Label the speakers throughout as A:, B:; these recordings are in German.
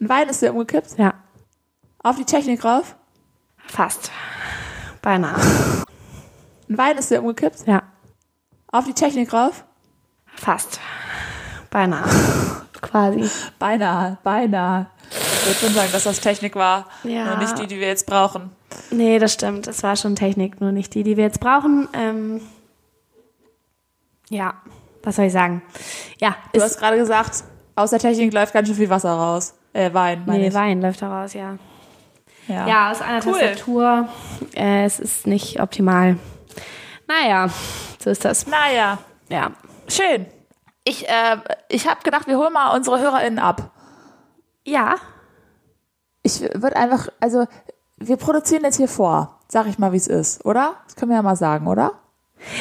A: Ein Bein ist dir umgekippt?
B: Ja,
A: Auf die Technik rauf?
B: fast. Beinahe.
A: Ein Bein ist dir umgekippt?
B: Ja,
A: Auf die Technik rauf?
B: fast. Beinahe. Quasi.
A: Beinahe, beinahe. Ich würde schon sagen, dass das Technik war.
B: Ja.
A: Nur nicht die, die wir jetzt brauchen.
B: Nee, das stimmt. Es war schon Technik, nur nicht die, die wir jetzt brauchen. Ähm, ja, was soll ich sagen? Ja,
A: Du
B: ist,
A: hast gerade gesagt, aus der Technik läuft ganz schön viel Wasser raus. Äh, Wein, meine
B: nee,
A: ich.
B: Wein läuft da raus, ja.
A: Ja.
B: ja.
A: ja.
B: aus einer
A: Ah. Cool.
B: Tastatur. Äh, es ist nicht optimal. Naja, so ist das.
A: Naja,
B: Ja.
A: schön. Ich, äh, ich habe gedacht, wir holen mal unsere HörerInnen ab.
B: Ja,
A: Ich würde einfach, also wir produzieren jetzt hier vor, sag ich mal, wie es ist, oder? Das können wir ja mal sagen, oder?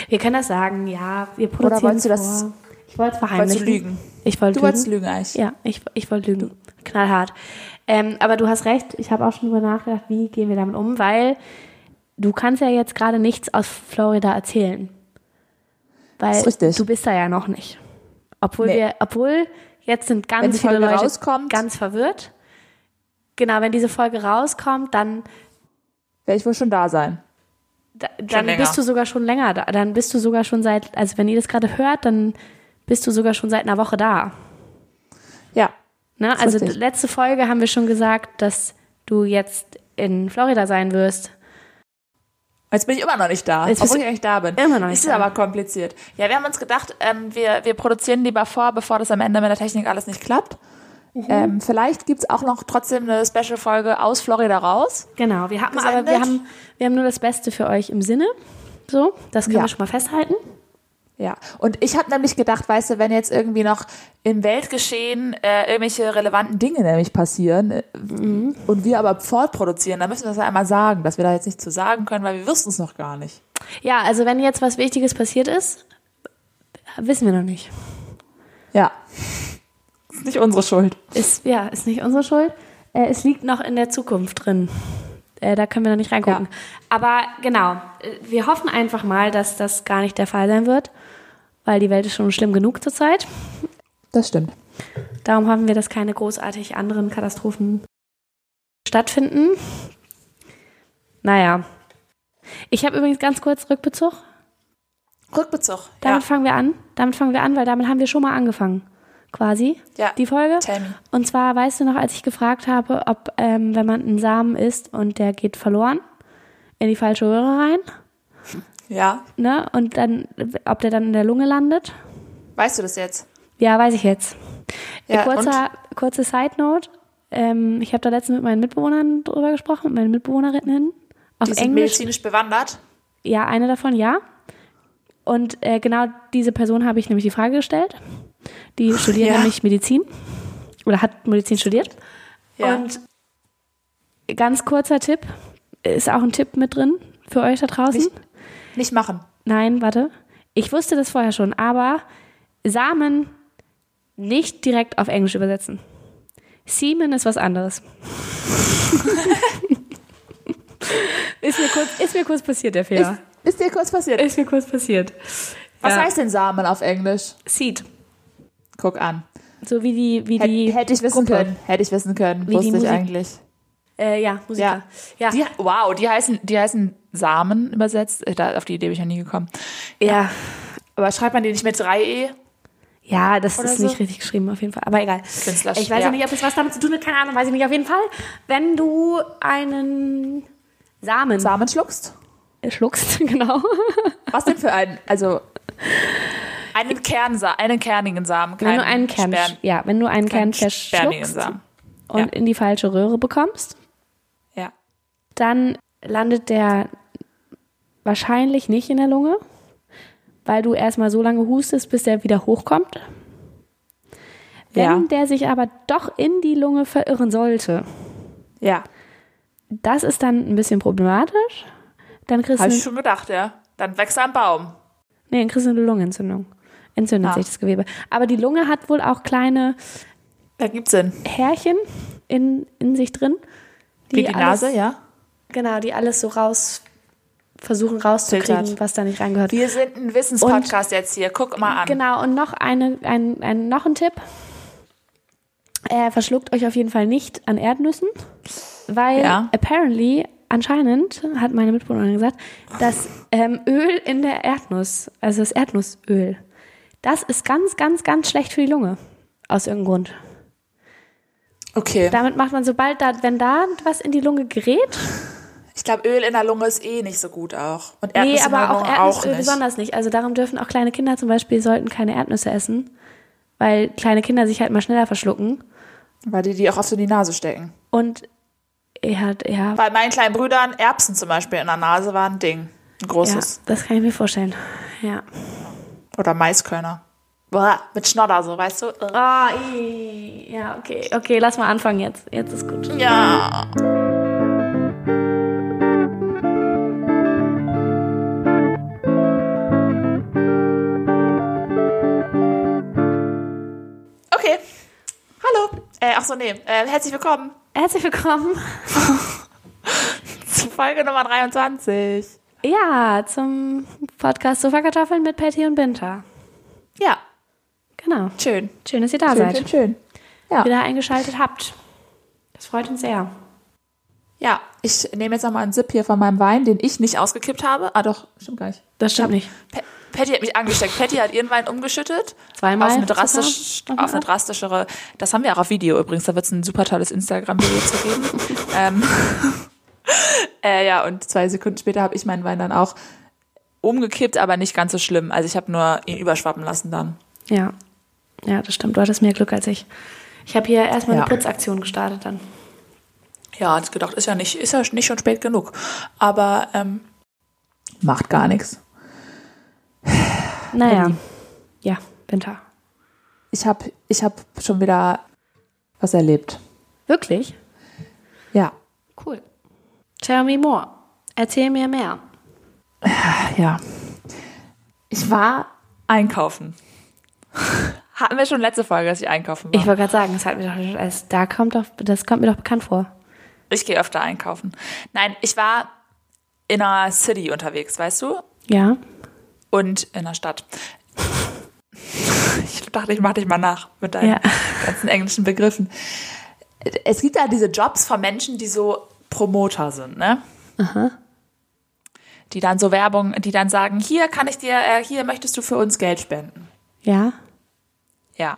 B: wir können das sagen. Ja, wir produzieren
A: wolltest du
B: vor.
A: das-
B: Ich wollte es verheimlichen.
A: Wolltest du lügen?
B: Ich wollte
A: Du
B: lügen.
A: wolltest lügen eigentlich.
B: Ja, ich, ich wollte lügen. Knallhart. Ähm, aber du hast recht, ich habe auch schon drüber nachgedacht, wie gehen wir damit um, weil du kannst ja jetzt gerade nichts aus Florida erzählen. Weil
A: Ist richtig.
B: du bist da ja noch nicht. Obwohl
A: Nee.
B: wir, obwohl jetzt sind
A: Wenn
B: ganz
A: die
B: viele
A: Folge
B: Leute
A: rauskommt.
B: ganz verwirrt. Genau, wenn diese Folge rauskommt, dann,
A: Werde ich wohl schon da sein.
B: da-
A: Schon
B: dann
A: länger.
B: bist du sogar schon länger da. Dann bist du sogar schon seit, also wenn ihr das gerade hört, dann bist du sogar schon seit einer Woche da.
A: Ja.
B: Ne? Also
A: richtig.
B: d- letzte Folge haben wir schon gesagt, dass du jetzt in Florida sein wirst.
A: Jetzt bin ich immer noch nicht da,
B: Jetzt bist
A: obwohl
B: du
A: ich eigentlich da bin.
B: immer noch nicht
A: ist
B: da.
A: aber kompliziert. Ja, wir haben uns gedacht, ähm, wir, wir produzieren lieber vor, bevor das am Ende mit der Technik alles nicht klappt.
B: Mhm.
A: Ähm, vielleicht gibt's auch noch trotzdem eine Special-Folge aus Florida raus.
B: Genau, wir haben
A: Gesendet.
B: aber wir haben, wir haben nur das Beste für euch im Sinne. So, das können
A: Ja.
B: wir schon mal festhalten.
A: Ja, und ich habe nämlich gedacht, weißt du, wenn jetzt irgendwie noch im Weltgeschehen äh, irgendwelche relevanten Dinge nämlich passieren äh,
B: Mhm.
A: und wir aber fortproduzieren, dann müssen wir das ja einmal sagen, dass wir da jetzt nichts zu sagen können, weil wir wüssten es noch gar nicht.
B: Ja, also wenn jetzt was Wichtiges passiert ist, wissen wir noch nicht.
A: Ja. Ist nicht unsere Schuld.
B: Ist, ja, ist nicht unsere Schuld. Äh, es liegt noch in der Zukunft drin. Äh, da können wir noch nicht reingucken.
A: Ja.
B: Aber genau, äh, wir hoffen einfach mal, dass das gar nicht der Fall sein wird, weil die Welt ist schon schlimm genug zurzeit.
A: Das stimmt.
B: Darum hoffen wir, dass keine großartig anderen Katastrophen stattfinden. Naja. Ich habe übrigens ganz kurz Rückbezug.
A: Rückbezug.
B: Damit fangen wir an. Damit fangen wir an, weil damit haben wir schon mal angefangen. Quasi.
A: Ja.
B: Die Folge.
A: Tell me.
B: Und zwar, weißt du noch, als ich gefragt habe, ob, ähm, wenn man einen Samen isst und der geht verloren, in die falsche Röhre rein,
A: ja.
B: ne? Und dann, ob der dann in der Lunge landet.
A: Weißt du das jetzt?
B: Ja, weiß ich jetzt. Äh,
A: Ja,
B: Kurzer, kurze Side Note. Ähm, ich habe da letztens mit meinen Mitbewohnern drüber gesprochen, mit meinen Mitbewohnerinnen. Auf
A: Die sind
B: Englisch.
A: medizinisch bewandert.
B: Ja, eine davon, ja. Und äh, genau diese Person habe ich nämlich die Frage gestellt. Die studiert
A: Ja.
B: nämlich Medizin oder hat Medizin studiert.
A: Ja.
B: Und ganz kurzer Tipp, ist auch ein Tipp mit drin für euch da draußen.
A: Nicht- Nicht machen.
B: Nein, warte. Ich wusste das vorher schon, aber Samen nicht direkt auf Englisch übersetzen. Semen ist was anderes. ist, mir kurz, ist mir kurz passiert, der Fehler.
A: Ist dir kurz passiert.
B: Ist, mir kurz passiert.
A: Was
B: Ja.
A: heißt denn Samen auf Englisch?
B: Seed?
A: Guck an.
B: So wie die, wie die
A: Hätt- Hätte ich wissen
B: Gruppe.
A: können. Hätte ich wissen können.
B: Wie die
A: Wusste ich
B: Musik-
A: eigentlich.
B: Äh, ja, Musiker. Ja.
A: Die, wow, die heißen, die heißen Samen übersetzt. Äh, Da, auf die Idee bin ich ja nie gekommen.
B: ja.
A: Aber schreibt man die nicht mit E? 3e?
B: Ja, das
A: Oder
B: ist
A: so.
B: nicht richtig geschrieben, auf jeden Fall. Aber egal.
A: Künstler-
B: ich weiß
A: ja.
B: ja nicht, ob das was damit zu tun hat, keine Ahnung, weiß ich nicht. Auf jeden Fall, wenn du einen Samen
A: Samen schluckst?
B: schluckst, genau.
A: Was denn für einen? Also einen Kernsa einen kernigen Samen.
B: Wenn du
A: keinen
B: einen Kern,
A: Sperr-
B: ja, wenn du einen Kern
A: keinen sperrigen
B: verschluckst
A: Samen.
B: und
A: ja.
B: in die falsche Röhre bekommst,
A: Ja.
B: dann landet der wahrscheinlich nicht in der Lunge, weil du erstmal so lange hustest, bis der wieder hochkommt. Wenn
A: Ja.
B: der sich aber doch in die Lunge verirren sollte,
A: Ja.
B: das ist dann ein bisschen problematisch. Dann kriegst, du,
A: Habe ich
B: nee,
A: schon gedacht, ja. Dann wächst ein Baum.
B: dann kriegst du eine Lungenentzündung. Entzündet
A: Ah.
B: sich das Gewebe. Aber die Lunge hat wohl auch kleine
A: Da gibt's Sinn.
B: Härchen in, in sich drin.
A: Wie die
B: alles-
A: Nase, ja.
B: Genau, die alles so raus versuchen rauszukriegen,
A: Filtert.
B: was da nicht reingehört.
A: Wir sind ein Wissenspodcast jetzt hier. Guck mal an.
B: Genau, und noch eine, ein, ein, noch ein Tipp. Äh, verschluckt euch auf jeden Fall nicht an Erdnüssen, weil
A: Ja.
B: apparently, anscheinend, hat meine Mitbewohnerin gesagt, das ähm, Öl in der Erdnuss, also das Erdnussöl, das ist ganz, ganz, ganz schlecht für die Lunge. Aus irgendeinem Grund.
A: Okay.
B: Damit macht man, sobald da, wenn da was in die Lunge gerät,
A: Ich glaube, Öl in der Lunge ist eh nicht so gut auch. Und
B: Nee,
A: Erdnüsse in
B: aber
A: der
B: auch
A: Lunge
B: Erdnüsse
A: halt auch nicht.
B: besonders nicht. Also darum dürfen auch kleine Kinder zum Beispiel sollten keine Erdnüsse essen, weil kleine Kinder sich halt mal schneller verschlucken.
A: Weil die die auch oft in die Nase stecken.
B: Und er hat, ja,
A: Bei meinen kleinen Brüdern Erbsen zum Beispiel in der Nase war ein Ding. Ein
B: ja,
A: großes.
B: das kann ich mir vorstellen. Ja.
A: Oder Maiskörner. Boah, mit Schnodder so, weißt du?
B: Ah, ii. ja, okay, okay, lass mal anfangen jetzt. Jetzt ist gut.
A: Ja. Okay. Hallo. Äh, ach so, nee. Äh, herzlich willkommen
B: Herzlich willkommen.
A: zu Folge Nummer 23.
B: Ja, zum Podcast Sofakartoffeln mit Patty und Binta.
A: Ja,
B: Genau.
A: schön.
B: Schön, dass ihr da
A: Schön,
B: seid.
A: schön, schön. Ja.
B: Wieder eingeschaltet habt. Das freut uns sehr.
A: Ja, ich nehme jetzt nochmal einen Sip hier von meinem Wein, den ich nicht ausgekippt habe. Ah doch, stimmt gar nicht.
B: Das stimmt nicht.
A: Pa- Patty hat mich angesteckt. Patty hat ihren Wein umgeschüttet.
B: Zweimal
A: Auf eine,
B: sogar?
A: drastisch,
B: Mhm.
A: auf eine drastischere. Das haben wir auch auf Video übrigens. Da wird es ein super tolles Instagram-Video zu geben. ähm, äh, ja, und zwei Sekunden später habe ich meinen Wein dann auch umgekippt, aber nicht ganz so schlimm. Also ich habe nur ihn überschwappen lassen dann.
B: Ja. Ja, das stimmt. Du hattest mehr Glück als ich. Ich habe hier erstmal
A: Ja.
B: eine Putzaktion gestartet dann.
A: Ja, hat gedacht, ist ja nicht, ist ja nicht schon spät genug. Aber ähm, macht gar nichts.
B: Naja. Ja, Winter.
A: Ich habe ich hab schon wieder was erlebt.
B: Wirklich?
A: Ja,
B: Cool. Tell me more. Erzähl mir mehr.
A: ja. Ich war einkaufen. Hatten wir schon letzte Folge, dass ich einkaufen war.
B: Ich wollte gerade sagen, das hat mir doch das, da kommt doch, das kommt mir doch bekannt vor.
A: Ich gehe öfter einkaufen. Nein, ich war in einer City unterwegs, weißt du?
B: Ja.
A: Und in der Stadt. Ich dachte, ich mache dich mal nach mit deinen
B: Ja.
A: ganzen englischen Begriffen. Es gibt ja diese Jobs von Menschen, die so Promoter sind, ne? Die dann so Werbung, die dann sagen, hier kann ich dir, äh, hier möchtest du für uns Geld spenden.
B: Ja.
A: Ja.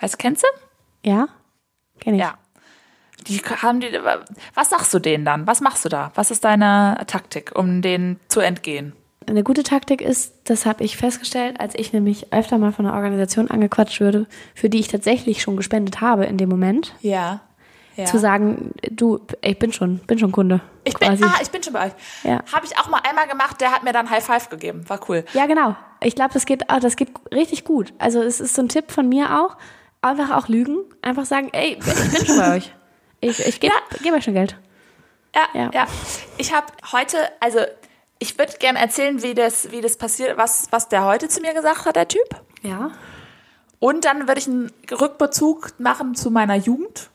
A: Weißt du, kennst du?
B: Ja. Kenn ich.
A: Ja. Die haben die, was sagst du denen dann? Was machst du da? Was ist deine Taktik, um denen zu entgehen?
B: Eine gute Taktik ist, das habe ich festgestellt, als ich nämlich öfter mal von einer Organisation angequatscht würde, für die ich tatsächlich schon gespendet habe in dem Moment,
A: Ja. ja.
B: zu sagen, du, ich bin schon, bin schon Kunde.
A: ich bin, ah, ich bin schon bei euch.
B: Ja.
A: Habe ich auch mal einmal gemacht, der hat mir dann High Five gegeben. War cool.
B: Ja, genau. Ich glaube, das geht, ah, das geht richtig gut. Also es ist so ein Tipp von mir auch. Einfach auch lügen. Einfach sagen, ey, ich bin schon bei euch. Ich, ich gebe geb euch schon Geld.
A: Ja, ja.
B: Ja.
A: Ich habe heute, also ich würde gerne erzählen, wie das, wie das passiert, was, was der heute zu mir gesagt hat, der Typ.
B: Ja.
A: Und dann würde ich einen Rückbezug machen zu meiner Jugend,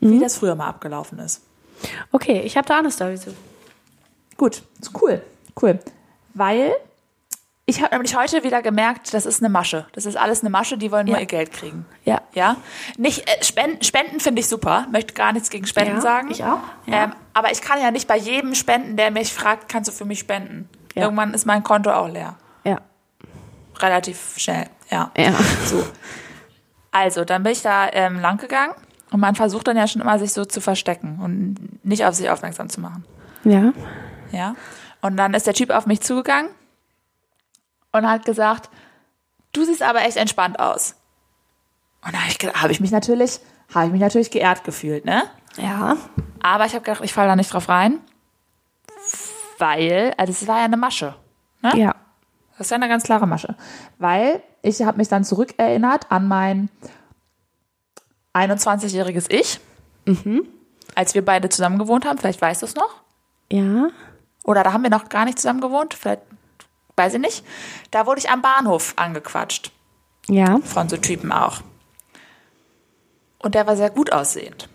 A: wie das früher mal abgelaufen ist.
B: Okay, ich habe da auch eine Story zu.
A: Gut, ist cool, cool. Weil ich habe nämlich heute wieder gemerkt, das ist eine Masche. Das ist alles eine Masche, die wollen nur
B: Ja.
A: ihr Geld kriegen.
B: Ja.
A: Ja, nicht äh, Spenden, Spenden finde ich super. Möchte gar nichts gegen Spenden
B: Ja,
A: sagen.
B: ich auch, ja.
A: Ähm, aber ich kann ja nicht bei jedem spenden, der mich fragt, kannst du für mich spenden.
B: Ja.
A: Irgendwann ist mein Konto auch leer.
B: Ja.
A: Relativ schnell. Ja.
B: Ja.
A: So. Also, dann bin ich da ähm, lang gegangen und man versucht dann ja schon immer, sich so zu verstecken und nicht auf sich aufmerksam zu machen.
B: Ja.
A: Ja. Und dann ist der Typ auf mich zugegangen und hat gesagt, du siehst aber echt entspannt aus. Und da habe ich, ge- hab ich mich natürlich, habe ich mich natürlich geehrt gefühlt, ne?
B: Ja.
A: Aber ich habe gedacht, ich falle da nicht drauf rein, weil, also es war ja eine Masche.
B: Ja.
A: Das ist ja eine ganz klare Masche. Weil ich habe mich dann zurückerinnert an mein 21-jähriges Ich, als wir beide zusammen gewohnt haben. Vielleicht weißt du es noch.
B: Ja.
A: Oder da haben wir noch gar nicht zusammen gewohnt, vielleicht, weiß ich nicht. Da wurde ich am Bahnhof angequatscht
B: Ja.
A: von so Typen auch. Und der war sehr gut aussehend.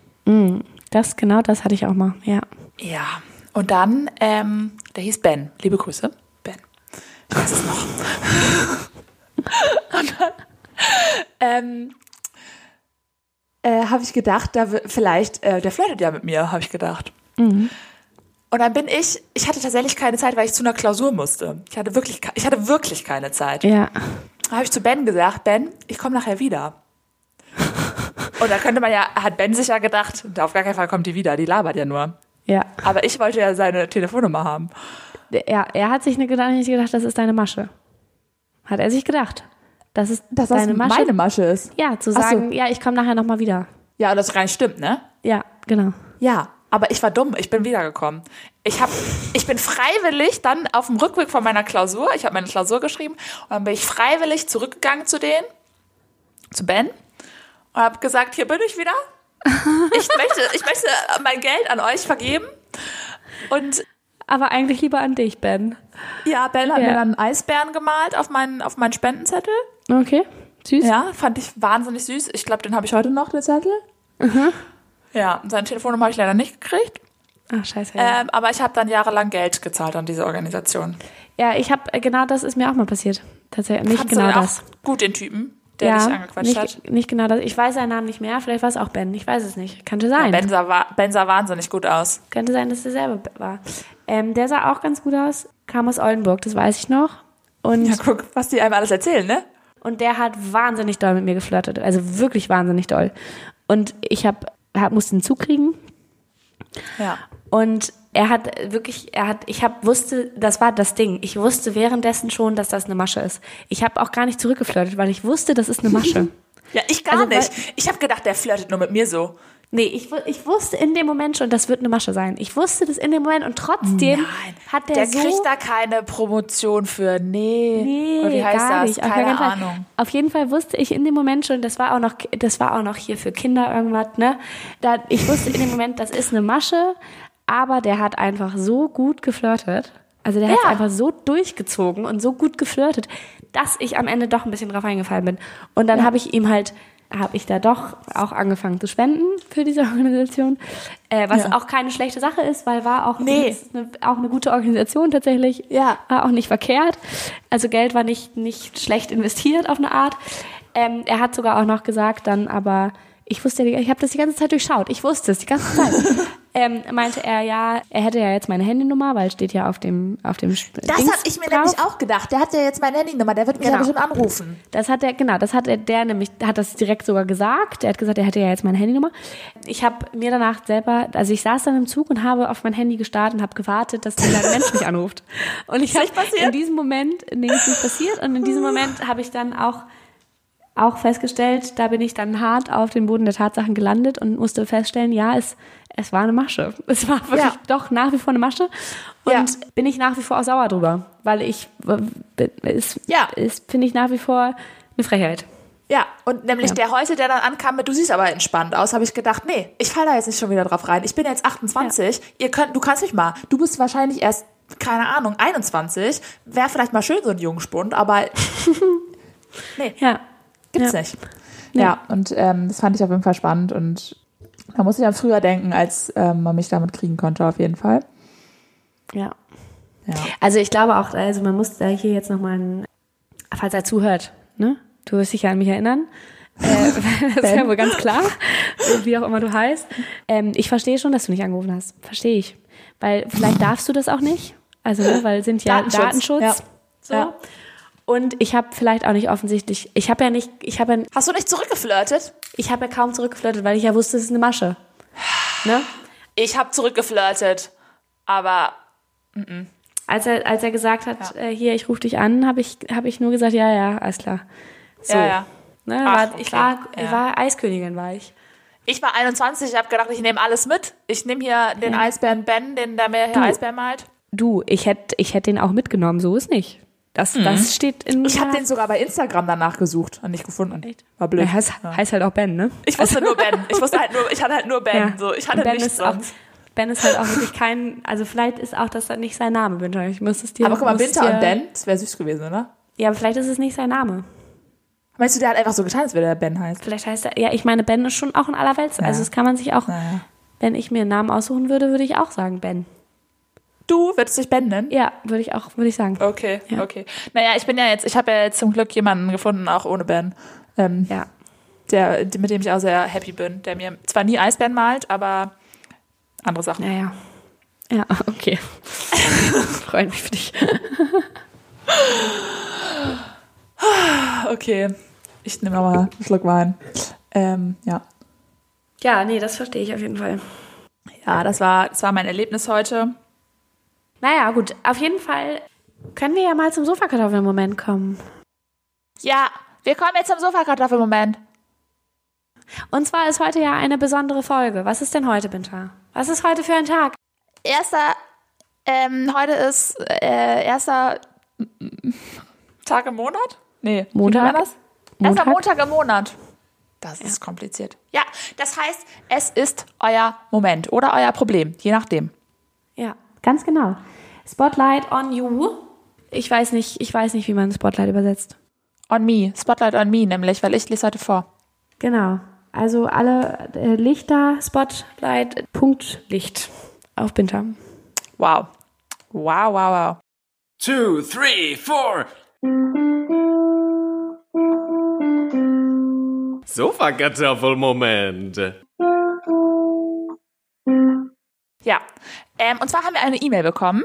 B: Das, genau das hatte ich auch mal. Ja.
A: Ja. Und dann, ähm, der hieß Ben. Liebe Grüße, Ben. Ich weiß es noch. Und dann, ähm, äh, habe ich gedacht, da wi- vielleicht, äh, der flirtet ja mit mir, habe ich gedacht. Und dann bin ich, ich hatte tatsächlich keine Zeit, weil ich zu einer Klausur musste. Ich hatte wirklich, ke- ich hatte wirklich keine Zeit.
B: Ja.
A: Da habe ich zu Ben gesagt, Ben, ich komme nachher wieder. Und da könnte man ja, hat Ben sich ja gedacht, auf gar keinen Fall kommt die wieder, die labert ja nur.
B: Ja.
A: Aber ich wollte ja seine Telefonnummer haben.
B: Er, er hat sich nicht gedacht, nicht gedacht, das ist deine Masche. Hat er sich gedacht. Das ist
A: Dass das
B: deine Masche.
A: meine Masche ist.
B: Ja, zu
A: Ach so.
B: sagen, ja, ich komme nachher nochmal wieder.
A: Ja, und das gar nicht stimmt, ne?
B: Ja, genau.
A: Ja, aber ich war dumm, ich bin wiedergekommen. Ich hab, ich bin freiwillig dann auf dem Rückweg von meiner Klausur, ich habe meine Klausur geschrieben, und dann bin ich freiwillig zurückgegangen zu denen, zu Ben, und habe gesagt, hier bin ich wieder. Ich möchte, ich möchte mein Geld an euch vergeben. Und
B: Aber eigentlich lieber an dich, Ben.
A: ja, Ben hat
B: Ja.
A: mir dann einen Eisbären gemalt auf meinen, auf meinen Spendenzettel.
B: Okay, süß.
A: Ja, fand ich wahnsinnig süß. Ich glaube, den habe ich heute noch, den Zettel. Mhm. Ja, und seine Telefonnummer habe ich leider nicht gekriegt.
B: Ach, scheiße. Ja,
A: Ähm, aber ich habe dann jahrelang Geld gezahlt an diese Organisation.
B: ja ich habe, genau das ist mir auch mal passiert. Tatsächlich, nicht
A: Fandst
B: genau
A: du denn
B: das.
A: auch gut den Typen, der
B: ja,
A: dich angequatscht
B: nicht,
A: hat?
B: nicht genau das. Ich weiß seinen Namen nicht mehr. Vielleicht war es auch Ben. Ich weiß es nicht. Könnte
A: Ja,
B: sein.
A: Ben, sah, wa- ben sah wahnsinnig gut aus.
B: Könnte sein, dass derselbe war. Ähm, der sah auch ganz gut aus. Kam aus Oldenburg, das weiß ich noch. Und,
A: Ja, guck, was die einem alles erzählen, ne?
B: und der hat wahnsinnig doll mit mir geflirtet. Also wirklich wahnsinnig doll. Und ich hab, hab, musste ihn zukriegen.
A: Ja.
B: Und er hat wirklich, er hat, ich hab, wusste, das war das Ding. Ich wusste währenddessen schon, dass das eine Masche ist. Ich habe auch gar nicht zurückgeflirtet, weil ich wusste, das ist eine Masche.
A: Ja, ich gar
B: Also, weil-
A: nicht. Ich habe gedacht, der flirtet nur mit mir so.
B: Nee, ich, wu- ich wusste in dem Moment schon, das wird eine Masche sein. Ich wusste das in dem Moment und trotzdem hat der,
A: Der
B: so...
A: kriegt da keine Promotion für. Nee.
B: Nee,
A: Oder wie heißt
B: gar
A: das?
B: nicht. auf,
A: Keine
B: jeden Fall,
A: Ahnung.
B: auf jeden Fall wusste ich in dem Moment schon, das war auch noch, das war auch noch hier für Kinder irgendwas, ne? Da, ich wusste in dem Moment, das ist eine Masche, aber der hat einfach so gut geflirtet. Also der hat
A: Ja.
B: einfach so durchgezogen und so gut geflirtet, dass ich am Ende doch ein bisschen drauf eingefallen bin. Und dann habe ich ihm halt, habe ich da doch auch angefangen zu spenden für diese Organisation, äh, was
A: Ja.
B: auch keine schlechte Sache ist, weil war auch
A: Nee.
B: ist eine, auch eine gute Organisation tatsächlich.
A: Ja.
B: War auch nicht verkehrt. Also Geld war nicht, nicht schlecht investiert auf eine Art. Ähm, er hat sogar auch noch gesagt dann, aber ich wusste, ja- ich habe das die ganze Zeit durchschaut. Ich wusste es die ganze Zeit. ähm, meinte er, ja, er hätte ja jetzt meine Handynummer, weil steht ja auf dem auf dem Sch-
A: Das
B: Dings
A: habe ich mir
B: drauf.
A: nämlich auch gedacht. Der hat ja jetzt meine Handynummer, der wird mich
B: ja
A: ja
B: Genau.
A: bestimmt
B: bestimmt
A: anrufen.
B: Das hat er, genau, das hat er, der nämlich, hat das direkt sogar gesagt. Er hat gesagt, er hätte ja jetzt meine Handynummer. Ich habe mir danach selber, also ich saß dann im Zug und habe auf mein Handy gestarrt und habe gewartet, dass dieser Mensch mich anruft. Und ich habe
A: nicht passiert?
B: in diesem Moment, nee, ist nicht passiert. Und in diesem Moment habe ich dann auch, auch festgestellt, da bin ich dann hart auf den Boden der Tatsachen gelandet und musste feststellen, ja, es, es war eine Masche. Es war wirklich
A: Ja.
B: doch nach wie vor eine Masche. Und
A: Ja.
B: bin ich nach wie vor auch sauer drüber, weil ich, äh, es,
A: Ja.
B: ist, finde ich nach wie vor eine Frechheit.
A: Ja, und nämlich
B: Ja.
A: der heute, der dann ankam mit, du siehst aber entspannt aus, habe ich gedacht, nee, ich falle da jetzt nicht schon wieder drauf rein. Ich bin jetzt 28, ihr könnt, du kannst mich mal, du bist wahrscheinlich erst, keine Ahnung, 21, wäre vielleicht mal schön so ein Jungspund, aber
B: Ja.
A: gibt's
B: Ja.
A: nicht. Ja, und ähm, das fand ich auf jeden Fall spannend und da muss ich an früher denken, als ähm, man mich damit kriegen konnte, auf jeden Fall.
B: Ja.
A: Ja.
B: Also ich glaube auch, also man muss da hier jetzt nochmal ein, falls er zuhört, ne? Du wirst dich ja an mich erinnern. Äh, das ist ja wohl ganz klar, wie auch immer du heißt. Ähm, ich verstehe schon, dass du nicht angerufen hast. Verstehe ich. Weil vielleicht darfst du das auch nicht. Also, ne, weil sind ja
A: Datenschutz.
B: Datenschutz.
A: Ja.
B: So.
A: Ja.
B: Und ich habe vielleicht auch nicht offensichtlich, ich habe ja nicht, ich habe ja
A: Hast du nicht zurückgeflirtet?
B: Ich habe ja kaum zurückgeflirtet, weil ich ja wusste, es ist eine Masche. Ne?
A: Ich habe zurückgeflirtet, aber
B: Als, er, als er gesagt hat, äh, hier, ich rufe dich an, habe ich, hab ich nur gesagt, ja, ja, alles klar. So.
A: ja, ja.
B: Ne,
A: Ach,
B: war, ich,
A: okay.
B: war, ich
A: Ja.
B: war Eiskönigin, war ich.
A: Ich war 21, ich habe gedacht, ich nehme alles mit. Ich nehme hier den Eisbären Ben, den der mir hier Eisbär malt.
B: Du, ich hätte ich hätt den auch mitgenommen, so ist nicht. Das, das steht in.
A: Mhm. Ich habe den sogar bei Instagram danach gesucht und nicht gefunden.
B: Echt?
A: War blöd.
B: Er heißt, heißt halt auch Ben, ne?
A: Ich wusste nur Ben. Ich wusste halt nur, ich hatte halt nur Ben.
B: Ja.
A: So, ich hatte
B: Und ben
A: nichts
B: ist auch,
A: sonst.
B: Ben ist halt auch wirklich kein. Also, vielleicht ist auch das dann nicht sein Name, Winter. Ich muss es dir.
A: Aber guck mal,
B: muss es
A: Winter und
B: dir-
A: Ben, das wäre süß gewesen, oder?
B: Ja, aber vielleicht ist es nicht sein Name.
A: Meinst du, der hat einfach so getan, als wäre der Ben heißt?
B: Vielleicht heißt er. Ja, ich meine, Ben ist schon auch ein Allerwelts. Also, das kann man sich auch.
A: Naja.
B: Wenn ich mir einen Namen aussuchen würde, würde ich auch sagen Ben.
A: Du würdest dich Ben nennen?
B: Ja, würde ich auch, würde ich sagen.
A: Okay,
B: Ja.
A: okay. Naja, ich bin ja jetzt, ich habe ja jetzt zum Glück jemanden gefunden, auch ohne Ben. Ähm,
B: Ja.
A: der, mit dem ich auch sehr happy bin, der mir zwar nie Eisbären malt, aber andere Sachen.
B: Naja. Ja, okay. Freut mich für dich.
A: Okay, ich nehme nochmal einen Schluck Wein. Ähm, ja.
B: Ja, nee, das verstehe ich auf jeden Fall.
A: Ja, das war, das war mein Erlebnis heute.
B: Naja, gut, auf jeden Fall können wir ja mal zum Sofakartoffeln-Moment kommen.
A: Ja, wir kommen jetzt zum Sofakartoffelmoment.
B: Und zwar ist heute ja eine besondere Folge. Was ist denn heute, Binta? Was ist heute für ein Tag?
A: Erster, ähm, heute ist äh, erster mm, Tag im Monat? Nee,
B: Montag?
A: Wie war das? Erster
B: Montag?
A: Montag im Monat. Das ist kompliziert. Ja, das heißt, es ist euer Moment oder euer Problem, je nachdem.
B: Ja, ganz genau. Spotlight on you. Ich weiß nicht, ich weiß nicht, wie man Spotlight übersetzt.
A: On me, Spotlight on me, nämlich, weil ich lese heute vor.
B: Genau. Also alle äh, Lichter, Spotlight, äh, Punkt, Licht auf Binta.
A: Wow. Wow, wow, wow.
C: two, three, four. Sofakartoffelmoment.
A: Ja. Ähm, und zwar haben wir eine E-Mail bekommen.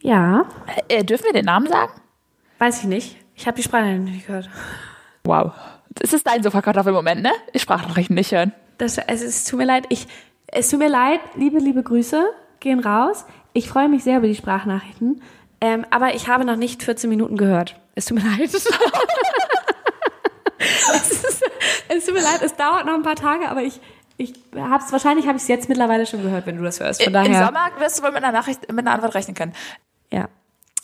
B: Ja,
A: Äh, dürfen wir den Namen sagen?
B: weiß ich nicht. Ich habe die Sprache nicht gehört.
A: Wow. Es ist dein Sofakartoffelmoment, ne? Ich Sprachnachrichten nicht hören.
B: Das, also es tut mir leid. Ich, es tut mir leid. Liebe, liebe Grüße gehen raus. Ich freue mich sehr über die Sprachnachrichten. Ähm, aber ich habe noch nicht 14 Minuten gehört. Es tut mir leid. es, ist, es tut mir leid. Es dauert noch ein paar Tage, aber ich, ich hab's, wahrscheinlich habe ich es jetzt mittlerweile schon gehört, wenn du das hörst. Von daher.
A: Äh, Im Sommer wirst du wohl mit einer Nachricht, mit einer Antwort rechnen können.
B: Ja.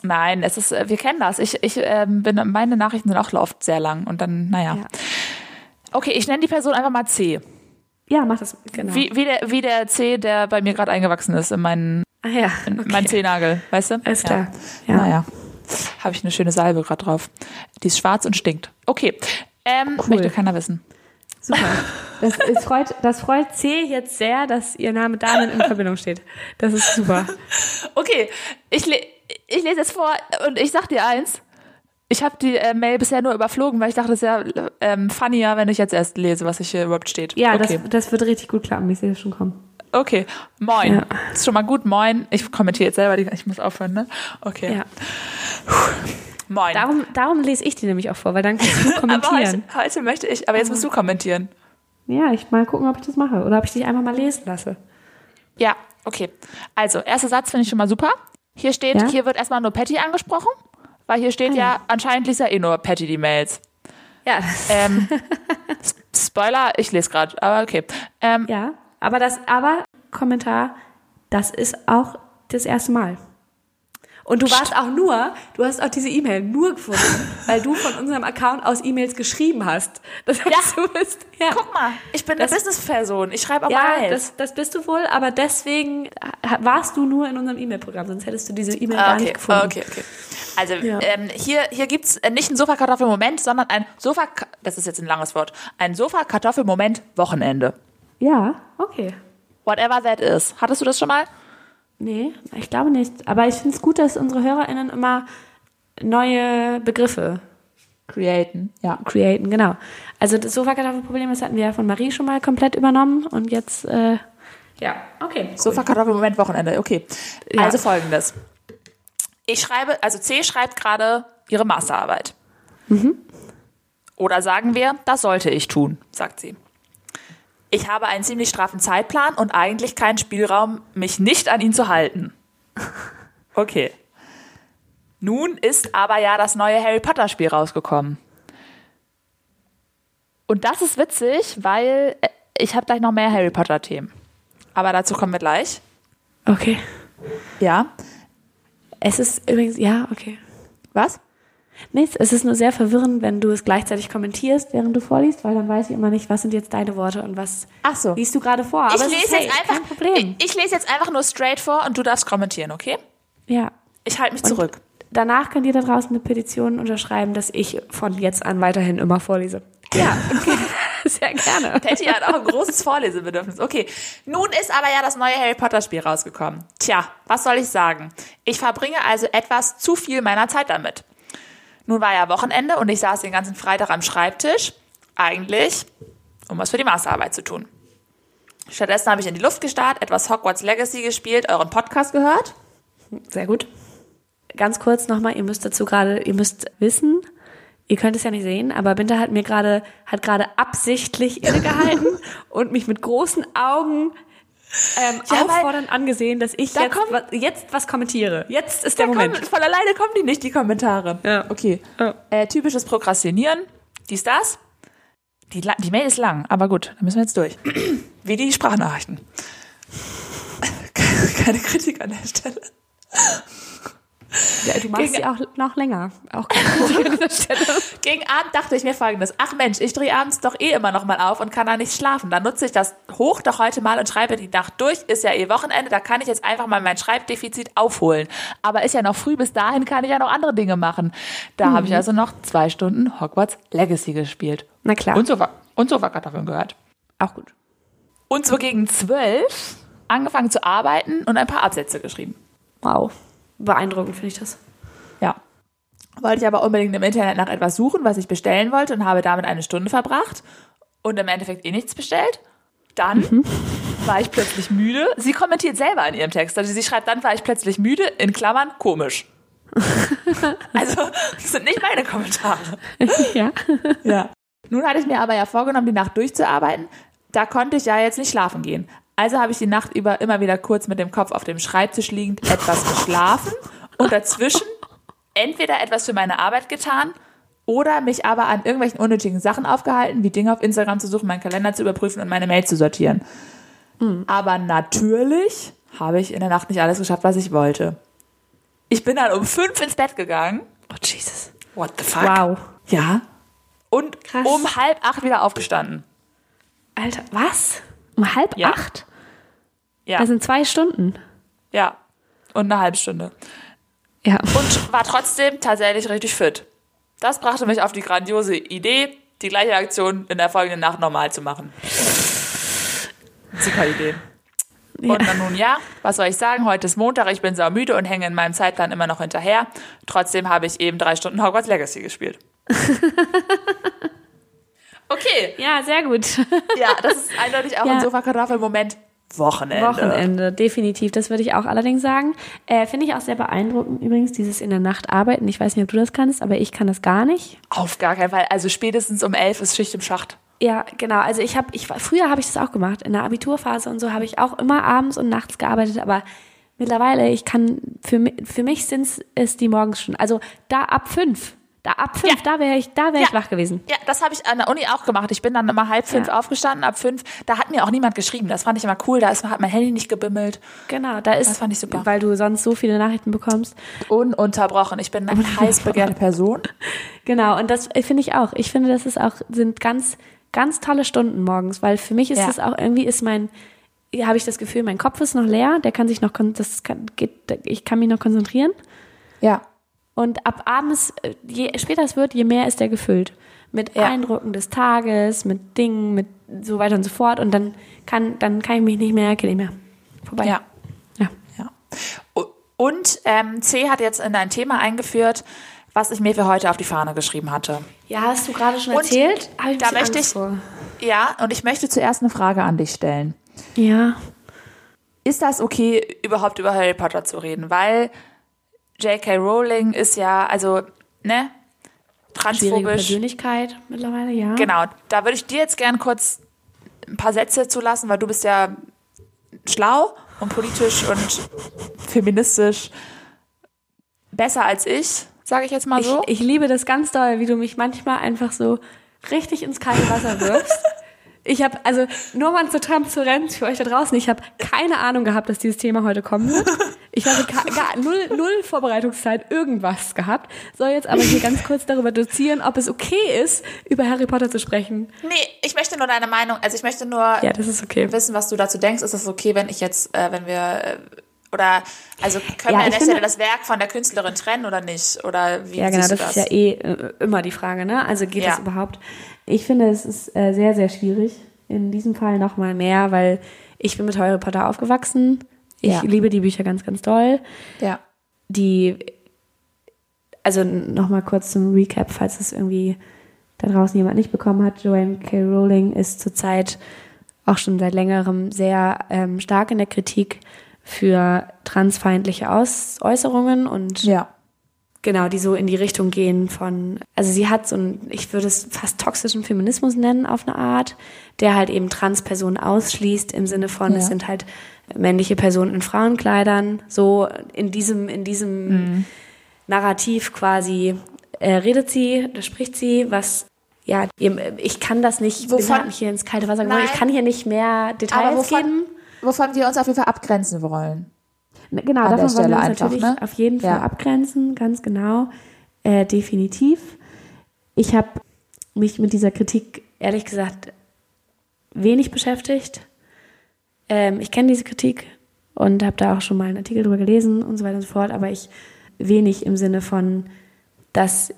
A: Nein, es ist, äh, wir kennen das. Ich, ich ähm, bin, meine Nachrichten sind auch oft sehr lang und dann, naja.
B: Ja.
A: Okay, ich nenne die Person einfach mal C.
B: ja, mach das. Genau.
A: Wie, wie, der, wie der C, der bei mir gerade eingewachsen ist in meinen,
B: Ah ja.
A: in meinen Zehnagel, weißt du?
B: Alles klar.
A: Ja.
B: Ja.
A: Naja, habe ich eine schöne Salbe gerade drauf. Die ist schwarz und stinkt. Okay, ähm, möchte keiner wissen.
B: Super. Das, es freut, das freut C jetzt sehr, dass ihr Name damit in Verbindung steht. Das ist super.
A: Okay, ich, le ich lese jetzt vor und ich sag dir eins. Ich habe die äh, Mail bisher nur überflogen, weil ich dachte, es ist ja ähm, funnier, wenn ich jetzt erst lese, was hier überhaupt steht.
B: Ja,
A: okay.
B: das, das wird richtig gut klappen. Ich sehe das schon kommen.
A: Okay, moin.
B: Ja.
A: Ist schon mal gut, moin. Ich kommentiere jetzt selber, die- ich muss aufhören, ne? Okay,
B: Ja.
A: moin.
B: Darum, darum lese ich die nämlich auch vor, weil dann kannst du
A: aber heute,
B: kommentieren.
A: heute möchte ich, aber jetzt musst du kommentieren.
B: ja, ich mal gucken, ob ich das mache oder ob ich dich einfach mal lesen lasse.
A: Ja, okay. Also, erster Satz finde ich schon mal super. Hier steht,
B: Ja. Ah,
A: hier wird erstmal nur Patty angesprochen, weil hier steht ja, anscheinend liest ja eh nur Patty die Mails.
B: Ja,
A: Ähm, S- Spoiler, ich lese gerade, aber okay. Ähm,
B: ja. Aber das, aber Kommentar, das ist auch das erste Mal. Und du warst auch nur, du hast auch diese E-Mail nur gefunden, weil du von unserem Account aus E-Mails geschrieben hast. Das heißt, du bist, ja.
A: Guck mal, ich bin eine Businessperson. Ich schreibe auch
B: Ja,
A: mal Mails.
B: Ah, das, das bist du wohl, aber deswegen ha- warst du nur in unserem E-Mail-Programm, sonst hättest du diese E-Mail gar nicht gefunden.
A: Ah, okay, okay. Also
B: Ja.
A: ähm, hier, hier gibt es nicht einen Sofakartoffelmoment, sondern ein Sofa, das ist jetzt ein langes Wort, ein Sofakartoffelmoment Wochenende.
B: Ja, okay.
A: Whatever that is. Hattest du das schon mal?
B: Nee, ich glaube nicht. Aber ich finde es gut, dass unsere HörerInnen immer neue Begriffe
A: Createn, ja.
B: createn, genau. Also das Sofakartoffelproblem, das hatten wir ja von Marie schon mal komplett übernommen und jetzt, äh, ja, okay.
A: Sofakartoffelmoment Wochenende, okay.
B: Ja.
A: Also folgendes. Ich schreibe, also C schreibt gerade ihre Masterarbeit. Mhm. Oder sagen wir, das sollte ich tun, sagt sie. Ich habe einen ziemlich straffen Zeitplan und eigentlich keinen Spielraum, mich nicht an ihn zu halten. Okay. Nun ist aber ja das neue Harry Potter Spiel rausgekommen. Und das ist witzig, weil äh, ich habe gleich noch mehr Harry Potter Themen. Aber dazu kommen wir gleich.
B: Okay.
A: Ja.
B: Es ist übrigens, ja, okay.
A: Was?
B: Nichts, es ist nur sehr verwirrend, wenn du es gleichzeitig kommentierst, während du vorliest, weil dann weiß ich immer nicht, was sind jetzt deine Worte und was
A: Ach so.
B: liest du gerade vor. Aber
A: Ich
B: es
A: lese
B: ist, hey,
A: jetzt einfach.
B: Kein Problem.
A: Ich, ich lese jetzt einfach nur straight vor und du darfst kommentieren, okay?
B: ja.
A: Ich halte mich zurück.
B: Danach könnt ihr da draußen eine Petition unterschreiben, dass ich von jetzt an weiterhin immer vorlese.
A: Ja.
B: Sehr gerne.
A: Patty hat auch ein großes Vorlesebedürfnis. Okay. Nun ist aber ja das neue Harry Potter Spiel rausgekommen. Tja, was soll ich sagen? Ich verbringe also etwas zu viel meiner Zeit damit. Nun war ja Wochenende und ich saß den ganzen Freitag am Schreibtisch. Eigentlich um was für die Masterarbeit zu tun. Stattdessen habe ich in die Luft gestarrt, etwas Hogwarts Legacy gespielt, euren Podcast gehört.
B: Sehr gut. Ganz kurz nochmal, ihr müsst dazu gerade, ihr müsst wissen, ihr könnt es ja nicht sehen, aber Binta hat mir gerade, hat gerade absichtlich innegehalten und mich mit großen Augen ähm,
A: Ja, weil-
B: auffordernd angesehen, dass ich
A: Da
B: jetzt,
A: kommt-
B: was, jetzt was kommentiere. Jetzt ist der Moment.
A: Kommen, von alleine kommen die nicht, die Kommentare.
B: Ja.
A: Okay.
B: Ja.
A: Äh, typisches Prokrastinieren. Dies, das. Die, la- die Mail ist lang, aber gut, da müssen wir jetzt durch. Wie die Sprachnachrichten. keine, keine Kritik an der Stelle.
B: Ja, du machst
A: Gegen-
B: sie auch noch länger. Auch an der Stelle.
A: Gegen Abend dachte ich mir folgendes. Ach Mensch, ich drehe abends doch eh immer noch mal auf und kann da nicht schlafen. Dann nutze ich das hoch doch heute mal und schreibe die Nacht durch. Ist ja eh Wochenende, da kann ich jetzt einfach mal mein Schreibdefizit aufholen. Aber ist ja noch früh, bis dahin kann ich ja noch andere Dinge machen. Da habe ich also noch zwei Stunden Hogwarts Legacy gespielt.
B: Na klar.
A: Und so, war- und so war Kartoffeln gehört.
B: Auch gut.
A: Und so gegen zwölf angefangen zu arbeiten und ein paar Absätze geschrieben.
B: Wow. Beeindruckend finde ich das.
A: Ja. Wollte ich aber unbedingt im Internet nach etwas suchen, was ich bestellen wollte und habe damit eine Stunde verbracht und im Endeffekt eh nichts bestellt. Dann war ich plötzlich müde. Sie kommentiert selber in ihrem Text. Also sie schreibt, dann war ich plötzlich müde, in Klammern komisch. also, das sind nicht meine Kommentare.
B: ja.
A: Ja. Nun hatte ich mir aber ja vorgenommen, die Nacht durchzuarbeiten. Da konnte ich ja jetzt nicht schlafen gehen. Also habe ich die Nacht über immer wieder kurz mit dem Kopf auf dem Schreibtisch liegend etwas geschlafen und dazwischen entweder etwas für meine Arbeit getan oder mich aber an irgendwelchen unnötigen Sachen aufgehalten, wie Dinge auf Instagram zu suchen, meinen Kalender zu überprüfen und meine Mail zu sortieren. Aber natürlich habe ich in der Nacht nicht alles geschafft, was ich wollte. Ich bin dann um fünf ins Bett gegangen.
B: Oh, Jesus.
A: What the fuck?
B: Wow.
A: Ja. Und
B: Krass.
A: um halb acht wieder aufgestanden.
B: Alter, was? Um halb
A: Ja.
B: acht?
A: Ja.
B: Das sind zwei Stunden.
A: ja. Und eine halbe Stunde.
B: Ja.
A: Und war trotzdem tatsächlich richtig fit. Das brachte mich auf die grandiose Idee, die gleiche Aktion in der folgenden Nacht normal zu machen. Super Idee.
B: Ja.
A: Und dann nun ja, was soll ich sagen? Heute ist Montag, ich bin saumüde und hänge in meinem Zeitplan immer noch hinterher. Trotzdem habe ich eben drei Stunden Hogwarts Legacy gespielt. Okay,
B: Ja, sehr gut.
A: ja, das ist eindeutig auch
B: Ja.
A: ein Sofa-Kartoffel-Moment. Wochenende.
B: Wochenende, definitiv. Das würde ich auch allerdings sagen. Äh, Finde ich auch sehr beeindruckend übrigens, dieses in der Nacht arbeiten. Ich weiß nicht, ob du das kannst, aber ich kann das gar nicht.
A: Auf gar keinen Fall. Also spätestens um elf ist Schicht im Schacht.
B: Ja, genau. Also ich habe, ich war- früher habe ich das auch gemacht. In der Abiturphase und so habe ich auch immer abends und nachts gearbeitet, aber mittlerweile, ich kann, für, mi- für mich sind es die morgens schon. Also da ab fünf. Da ab fünf, da wäre ich, da wäre ich
A: Ja.
B: wach gewesen.
A: Ja, das habe ich an der Uni auch gemacht. Ich bin dann immer halb fünf
B: Ja.
A: aufgestanden, ab fünf. Da hat mir auch niemand geschrieben. Das fand ich immer cool. Da ist, hat mein Handy nicht gebimmelt.
B: Genau, da ist,
A: Das fand ich super.
B: weil du sonst so viele Nachrichten bekommst.
A: Ununterbrochen. Ich bin eine heiß begehrte Person.
B: Genau, und das äh, finde ich auch. Ich finde, das ist auch, sind ganz, ganz tolle Stunden morgens, weil für mich ist
A: Ja.
B: es auch irgendwie, ist mein, ja, habe ich das Gefühl, mein Kopf ist noch leer, der kann sich noch, kon- das kann, geht, ich kann mich noch konzentrieren.
A: Ja.
B: Und ab abends, äh, je später es wird, je mehr ist der gefüllt. Mit
A: Ja.
B: Eindrücken des Tages, mit Dingen, mit so weiter und so fort. Und dann kann, dann kann ich mich nicht mehr, geht nicht mehr. Vorbei.
A: Ja.
B: Ja.
A: ja. U- Und ähm, C hat jetzt in ein Thema eingeführt, was ich mir für heute auf die Fahne geschrieben hatte.
B: Ja, hast du gerade schon
A: Und
B: erzählt? Hab ein
A: da
B: bisschen
A: möchte
B: Angst
A: ich-
B: vor.
A: Ja, und ich möchte zuerst eine Frage an dich stellen.
B: Ja.
A: ist das okay, überhaupt über Harry Potter zu reden? Weil J.K. Rowling ist ja, also, ne?
B: Schwierige
A: Transphobisch.
B: Persönlichkeit mittlerweile, ja.
A: Genau. Da würde ich dir jetzt gern kurz ein paar Sätze zulassen, weil du bist ja schlau und politisch und feministisch besser als ich, sage ich jetzt mal so.
B: Ich, ich liebe das ganz doll, wie du mich manchmal einfach so richtig ins kalte Wasser wirfst. Ich habe, also nur mal zur Transparenz für euch da draußen, ich habe keine Ahnung gehabt, dass dieses Thema heute kommen wird. Ich habe ka- gar null, null Vorbereitungszeit, irgendwas gehabt. Soll jetzt aber hier ganz kurz darüber dozieren, ob es okay ist, über Harry Potter zu sprechen.
A: nee, ich möchte nur deine Meinung, also ich möchte nur
B: Ja, das ist okay.
A: wissen, was du dazu denkst. Ist das okay, wenn ich jetzt, äh, wenn wir äh, oder also können
B: Ja,
A: wir an
B: ich
A: der Stelle
B: finde-
A: das Werk von der Künstlerin trennen oder nicht? Oder wie
B: Ja, genau,
A: siehst du
B: das,
A: das?
B: ist ja eh äh, immer die Frage, ne? Also geht
A: Ja.
B: das überhaupt? Ich finde, es ist äh, sehr, sehr schwierig. In diesem Fall nochmal mehr, weil ich bin mit Harry Potter aufgewachsen. Ich
A: Ja.
B: liebe die Bücher ganz, ganz doll.
A: ja.
B: Die, also nochmal kurz zum Recap, falls es irgendwie da draußen jemand nicht bekommen hat, Joanne K. Rowling ist zurzeit auch schon seit längerem sehr ähm, stark in der Kritik für transfeindliche Aus Äußerungen und
A: eh- Ja.
B: genau, die so in die Richtung gehen von, also sie hat so einen, ich würde es fast toxischen Feminismus nennen auf eine Art, der halt eben Transpersonen ausschließt im Sinne von,
A: Ja.
B: es sind halt männliche Personen in Frauenkleidern, so in diesem, in diesem
A: Mhm.
B: Narrativ quasi äh, redet sie, da spricht sie, was ja, eben, äh, ich kann das nicht, wir
A: Wovon-
B: haben mich hier ins kalte Wasser geworfen,
A: Nein.
B: ich kann hier nicht mehr
A: Aber
B: Details geben.
A: wovon, wovon wir uns auf jeden Fall abgrenzen wollen.
B: Ne, Genau,
A: an
B: davon
A: der
B: wollen wir
A: Stelle
B: uns
A: einfach,
B: natürlich
A: ne?
B: auf jeden Fall
A: Ja.
B: abgrenzen, ganz genau, äh, definitiv. Ich habe mich mit dieser Kritik ehrlich gesagt wenig beschäftigt. Ähm, ich kenne diese Kritik und habe da auch schon mal einen Artikel drüber gelesen und so weiter und so fort, aber ich wenig im Sinne von, dass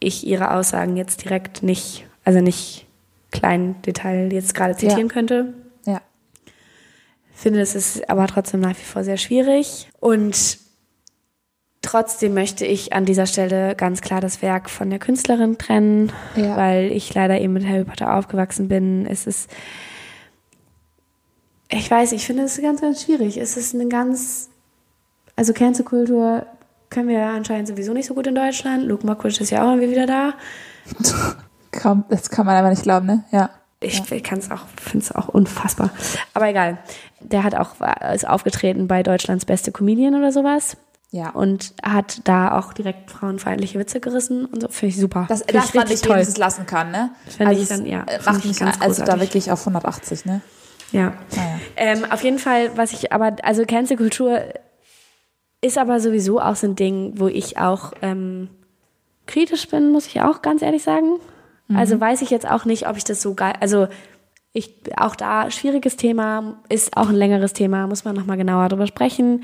B: ich ihre Aussagen jetzt direkt nicht, also nicht klein Detail jetzt gerade zitieren könnte
A: Ja.
B: finde, es ist aber trotzdem nach wie vor sehr schwierig. Und trotzdem möchte ich an dieser Stelle ganz klar das Werk von der Künstlerin trennen,
A: Ja.
B: weil ich leider eben mit Harry Potter aufgewachsen bin. Es ist, ich weiß, ich finde es ganz, ganz schwierig. Es ist eine ganz, also Cancel-Kultur können wir anscheinend sowieso nicht so gut in Deutschland. Luke Mockridge ist ja auch irgendwie wieder da.
A: Kaum, das kann man einfach nicht glauben, ne? Ja.
B: Ich kann es auch, finde es auch unfassbar. Aber egal. Der hat auch, äh, ist aufgetreten bei Deutschlands beste Comedian oder sowas
A: Ja.
B: und hat da auch direkt frauenfeindliche Witze gerissen und so. Finde ich super.
A: das,
B: Finde
A: dass
B: ich
A: man
B: richtig
A: dich wenigstens lassen kann, ne?
B: Finde ich
A: es
B: dann- ja, finde
A: Macht
B: ich
A: mich also
B: ganz
A: da
B: großartig.
A: wirklich auf 180, ne?
B: Ja.
A: Naja.
B: Ähm, auf jeden Fall, was ich aber, also Cancel-Kultur ist aber sowieso auch so ein Ding, wo ich auch ähm, kritisch bin, muss ich auch ganz ehrlich sagen. Also weiß ich jetzt auch nicht, ob ich das so geil, also ich, auch da, schwieriges Thema, ist auch ein längeres Thema, muss man nochmal genauer drüber sprechen.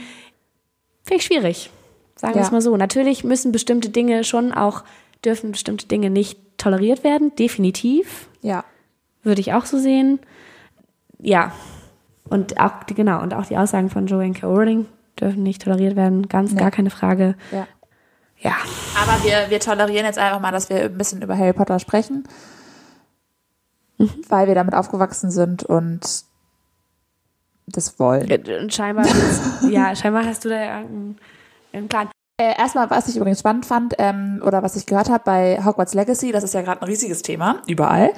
B: Finde ich schwierig, sagen wir
A: Ja.
B: es mal so. Natürlich müssen bestimmte Dinge schon auch, dürfen bestimmte Dinge nicht toleriert werden, definitiv.
A: Ja.
B: Würde ich auch so sehen. Ja. Und auch, die- genau, und auch die Aussagen von Joanne K. Rowling dürfen nicht toleriert werden. Ganz, gar keine Frage.
A: Ja.
B: Ja.
A: Aber wir, wir tolerieren jetzt einfach mal, dass wir ein bisschen über Harry Potter sprechen,
B: Mhm.
A: weil wir damit aufgewachsen sind und das wollen.
B: Und scheinbar, ja, scheinbar hast du da ja irgendeinen irgendeinen Plan.
A: Äh, erstmal, was ich übrigens spannend fand ähm, oder was ich gehört habe bei Hogwarts Legacy, das ist ja gerade ein riesiges Thema, überall.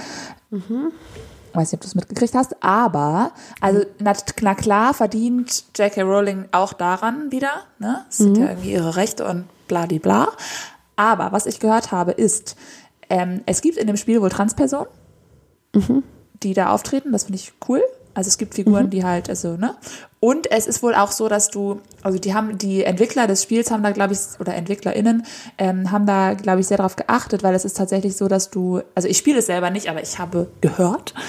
A: Weiß nicht, ob du es mitgekriegt hast, aber, also, na, na klar verdient J.K. Rowling auch daran wieder, ne? Das sind ja irgendwie ihre Rechte und bla, die, bla. Aber was ich gehört habe, ist, ähm, es gibt in dem Spiel wohl Transpersonen, die da auftreten. Das finde ich cool. Also es gibt
B: Mhm.
A: Figuren, die halt, also, ne? Und es ist wohl auch so, dass du, also die haben, die Entwickler des Spiels haben da, glaube ich, oder EntwicklerInnen, ähm, haben da, glaube ich, sehr drauf geachtet, weil es ist tatsächlich so, dass du, also ich spiele es selber nicht, aber ich habe gehört,
B: Mhm.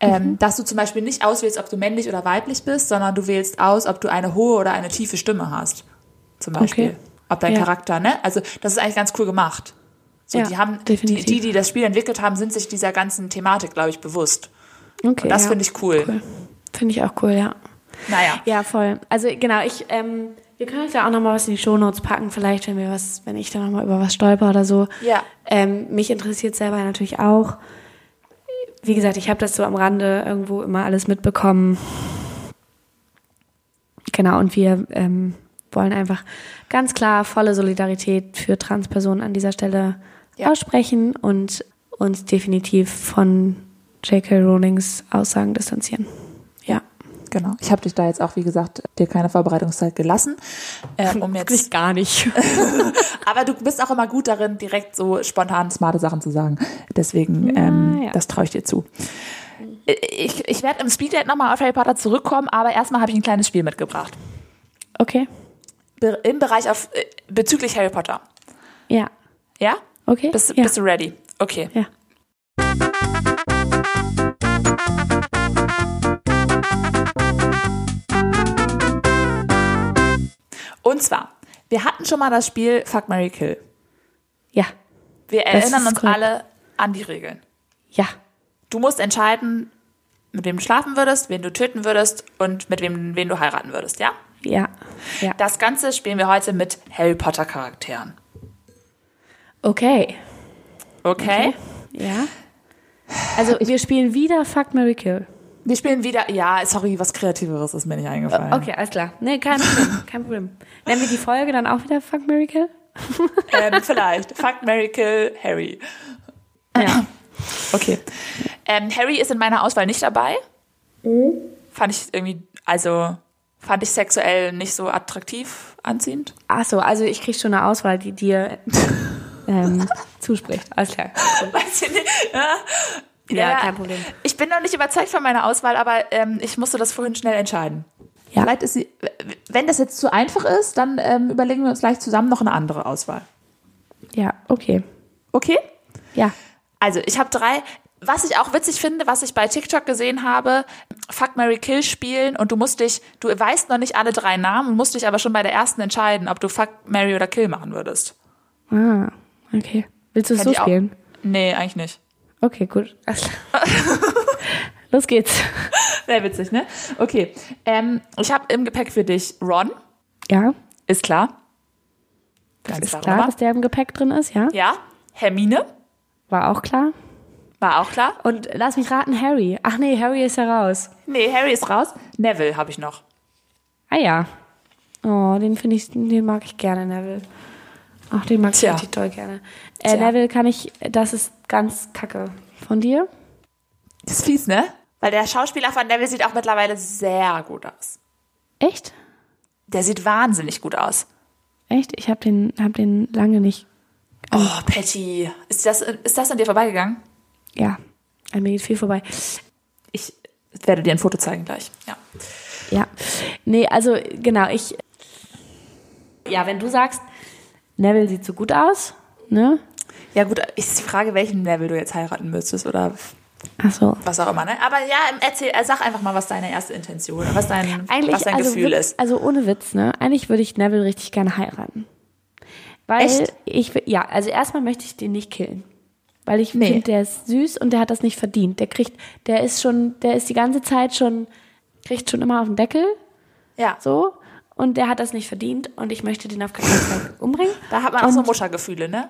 A: ähm, dass du zum Beispiel nicht auswählst, ob du männlich oder weiblich bist, sondern du wählst aus, ob du eine hohe oder eine tiefe Stimme hast. Zum Beispiel.
B: Okay.
A: Ob dein
B: Ja.
A: Charakter, ne? Also, das ist eigentlich ganz cool gemacht. So,
B: Ja,
A: die haben, die,
B: definitiv.
A: die, die das Spiel entwickelt haben, sind sich dieser ganzen Thematik, glaube ich, bewusst.
B: Okay.
A: Das
B: ja.
A: finde ich cool.
B: cool. Finde ich auch cool, ja.
A: Naja.
B: Ja, voll. Also genau, ich, ähm, wir können euch da auch nochmal was in die Shownotes packen, vielleicht, wenn wir was, wenn ich da nochmal über was stolper oder so.
A: Ja.
B: Ähm, mich interessiert selber natürlich auch. Wie gesagt, ich habe das so am Rande irgendwo immer alles mitbekommen. Genau, und wir ähm, wollen einfach ganz klar volle Solidarität für Transpersonen an dieser Stelle
A: Ja.
B: aussprechen und uns definitiv von J.K. Rowlings Aussagen distanzieren. Ja.
A: Genau. Ich habe dich da jetzt auch, wie gesagt, dir keine Vorbereitungszeit gelassen. Äh, um jetzt,
B: gar nicht.
A: aber du bist auch immer gut darin, direkt so spontan smarte Sachen zu sagen. Deswegen, ähm,
B: ja.
A: das traue ich dir zu. Äh, Ich, ich werde im Speeddate nochmal auf Harry Potter zurückkommen, aber erstmal habe ich ein kleines Spiel mitgebracht.
B: Okay.
A: Be Im Bereich auf, äh, bezüglich Harry Potter.
B: Ja.
A: Ja?
B: Okay.
A: Bist,
B: ja.
A: bist du ready? Okay.
B: ja.
A: Und zwar, wir hatten schon mal das Spiel Fuck Mary Kill.
B: Ja.
A: Wir
B: Das ist
A: erinnern uns
B: korrekt.
A: alle an die Regeln.
B: Ja.
A: Du musst entscheiden, mit wem du schlafen würdest, wen du töten würdest und mit wem wen du heiraten würdest, ja?
B: Ja. Ja.
A: Das Ganze spielen wir heute mit Harry Potter Charakteren.
B: okay.
A: Okay?
B: Ja. Also wir spielen wieder Fuck Mary Kill.
A: Wir spielen wieder, ja, sorry, was Kreativeres ist mir nicht eingefallen.
B: Okay, alles klar. Nee, kein Problem. Kein Problem. Nennen wir die Folge dann auch wieder Fuck Mary Kill?
A: Ähm, vielleicht. Fuck, Mary, Kill, Harry.
B: Ja.
A: Okay. Ähm, Harry ist in meiner Auswahl nicht dabei. Fand ich irgendwie, also fand ich sexuell nicht so attraktiv anziehend.
B: Ach so, also ich krieg schon eine Auswahl, die dir ähm, zuspricht. Alles klar.
A: Weiß ich nicht. Ja.
B: Ja, kein Problem.
A: Ich bin noch nicht überzeugt von meiner Auswahl, aber ähm, ich musste das vorhin schnell entscheiden.
B: Ja.
A: Vielleicht ist sie, wenn das jetzt zu einfach ist, dann ähm, überlegen wir uns gleich zusammen noch eine andere Auswahl.
B: Ja, okay.
A: Okay?
B: Ja.
A: Also, ich habe drei. Was ich auch witzig finde, was ich bei TikTok gesehen habe, Fuck Mary Kill spielen und du musst dich, du weißt noch nicht alle drei Namen und musst dich aber schon bei der ersten entscheiden, ob du Fuck Mary oder Kill machen würdest.
B: Ah, okay. Willst du es
A: Fänd
B: so
A: ich auch-
B: spielen?
A: Nee, eigentlich nicht.
B: Okay, gut. Alles klar. Los geht's.
A: Sehr witzig, ne? Okay. Ähm, ich habe im Gepäck für dich Ron,
B: Ja,
A: ist klar.
B: das
A: Ganz
B: ist
A: klare
B: klar,
A: Nummer.
B: dass der im Gepäck drin ist, ja?
A: Ja. Hermine,
B: War auch klar.
A: war auch klar.
B: Und lass mich raten, Harry. Ach nee, Harry ist ja raus.
A: Nee, Harry ist raus. Neville habe ich noch.
B: Ah ja. Oh, den finde ich, den mag ich gerne, Neville. Ach, den mag ich
A: Tja.
B: richtig toll gerne.
A: Tja.
B: Äh, Neville kann ich, das ist ganz kacke. Von dir?
A: Das ist fies, ne? Weil der Schauspieler von Neville sieht auch mittlerweile sehr gut aus.
B: Echt?
A: Der sieht wahnsinnig gut aus.
B: Echt? Ich habe den, hab den lange nicht.
A: Oh, Patty. Ist das, ist das an dir vorbeigegangen?
B: Ja, an mir geht viel vorbei.
A: Ich werde dir ein Foto zeigen gleich. Ja.
B: Ja. Nee, also genau, ich. Ja, wenn du sagst, Neville sieht so gut aus, ne?
A: Ja, gut, ist die Frage, welchen Neville du jetzt heiraten müsstest oder
B: Ach so.
A: was auch immer, ne? Aber ja, erzähl, äh, sag einfach mal, was deine erste Intention oder was dein,
B: Eigentlich,
A: was dein
B: also,
A: Gefühl
B: wir-
A: ist.
B: also ohne Witz, ne? Eigentlich würde ich Neville richtig gerne heiraten. Weil
A: Echt?
B: ich wi- ja, also erstmal möchte ich den nicht killen. Weil ich
A: Nee.
B: finde, der ist süß und der hat das nicht verdient. Der kriegt, der ist schon, der ist die ganze Zeit schon, kriegt schon immer auf den Deckel,
A: Ja,
B: so. Und der hat das nicht verdient und ich möchte den auf keinen Fall umbringen.
A: da hat man auch so
B: Und-
A: Muttergefühle, ne?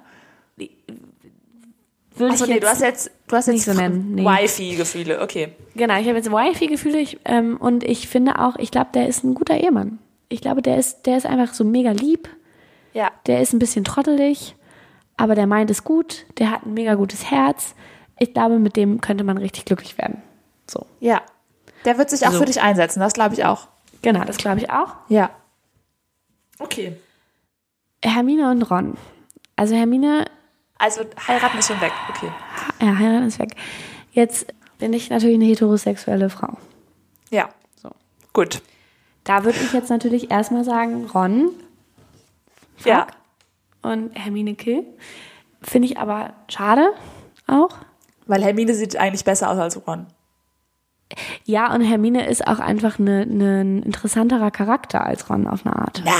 B: Würde
A: Achso,
B: ich
A: nee,
B: jetzt,
A: du hast jetzt, du hast
B: nicht
A: jetzt
B: so nennen, nee.
A: Wifey-Gefühle, okay.
B: genau, ich habe jetzt Wifey-Gefühle ich, ähm, und ich finde auch, ich glaube, der ist ein guter Ehemann. Ich glaube, der ist, der ist einfach so mega lieb.
A: Ja.
B: der ist ein bisschen trottelig, aber der meint es gut, der hat ein mega gutes Herz. Ich glaube, mit dem könnte man richtig glücklich werden. So.
A: Ja. Der wird sich auch
B: So.
A: für dich einsetzen, das glaube ich auch.
B: Genau, das glaube ich auch.
A: Ja. Okay.
B: Hermine und Ron. Also Hermine,
A: Also heiraten ist schon weg, okay.
B: ja, heiraten ist weg. Jetzt bin ich natürlich eine heterosexuelle Frau.
A: Ja.
B: So.
A: Gut.
B: Da würde ich jetzt natürlich erstmal sagen, Ron
A: Ja.
B: und Hermine Kill. Finde ich aber schade auch.
A: Weil Hermine sieht eigentlich besser aus als Ron.
B: Ja, und Hermine ist auch einfach eine- eine- ein interessanterer Charakter als Ron auf eine Art.
A: Na,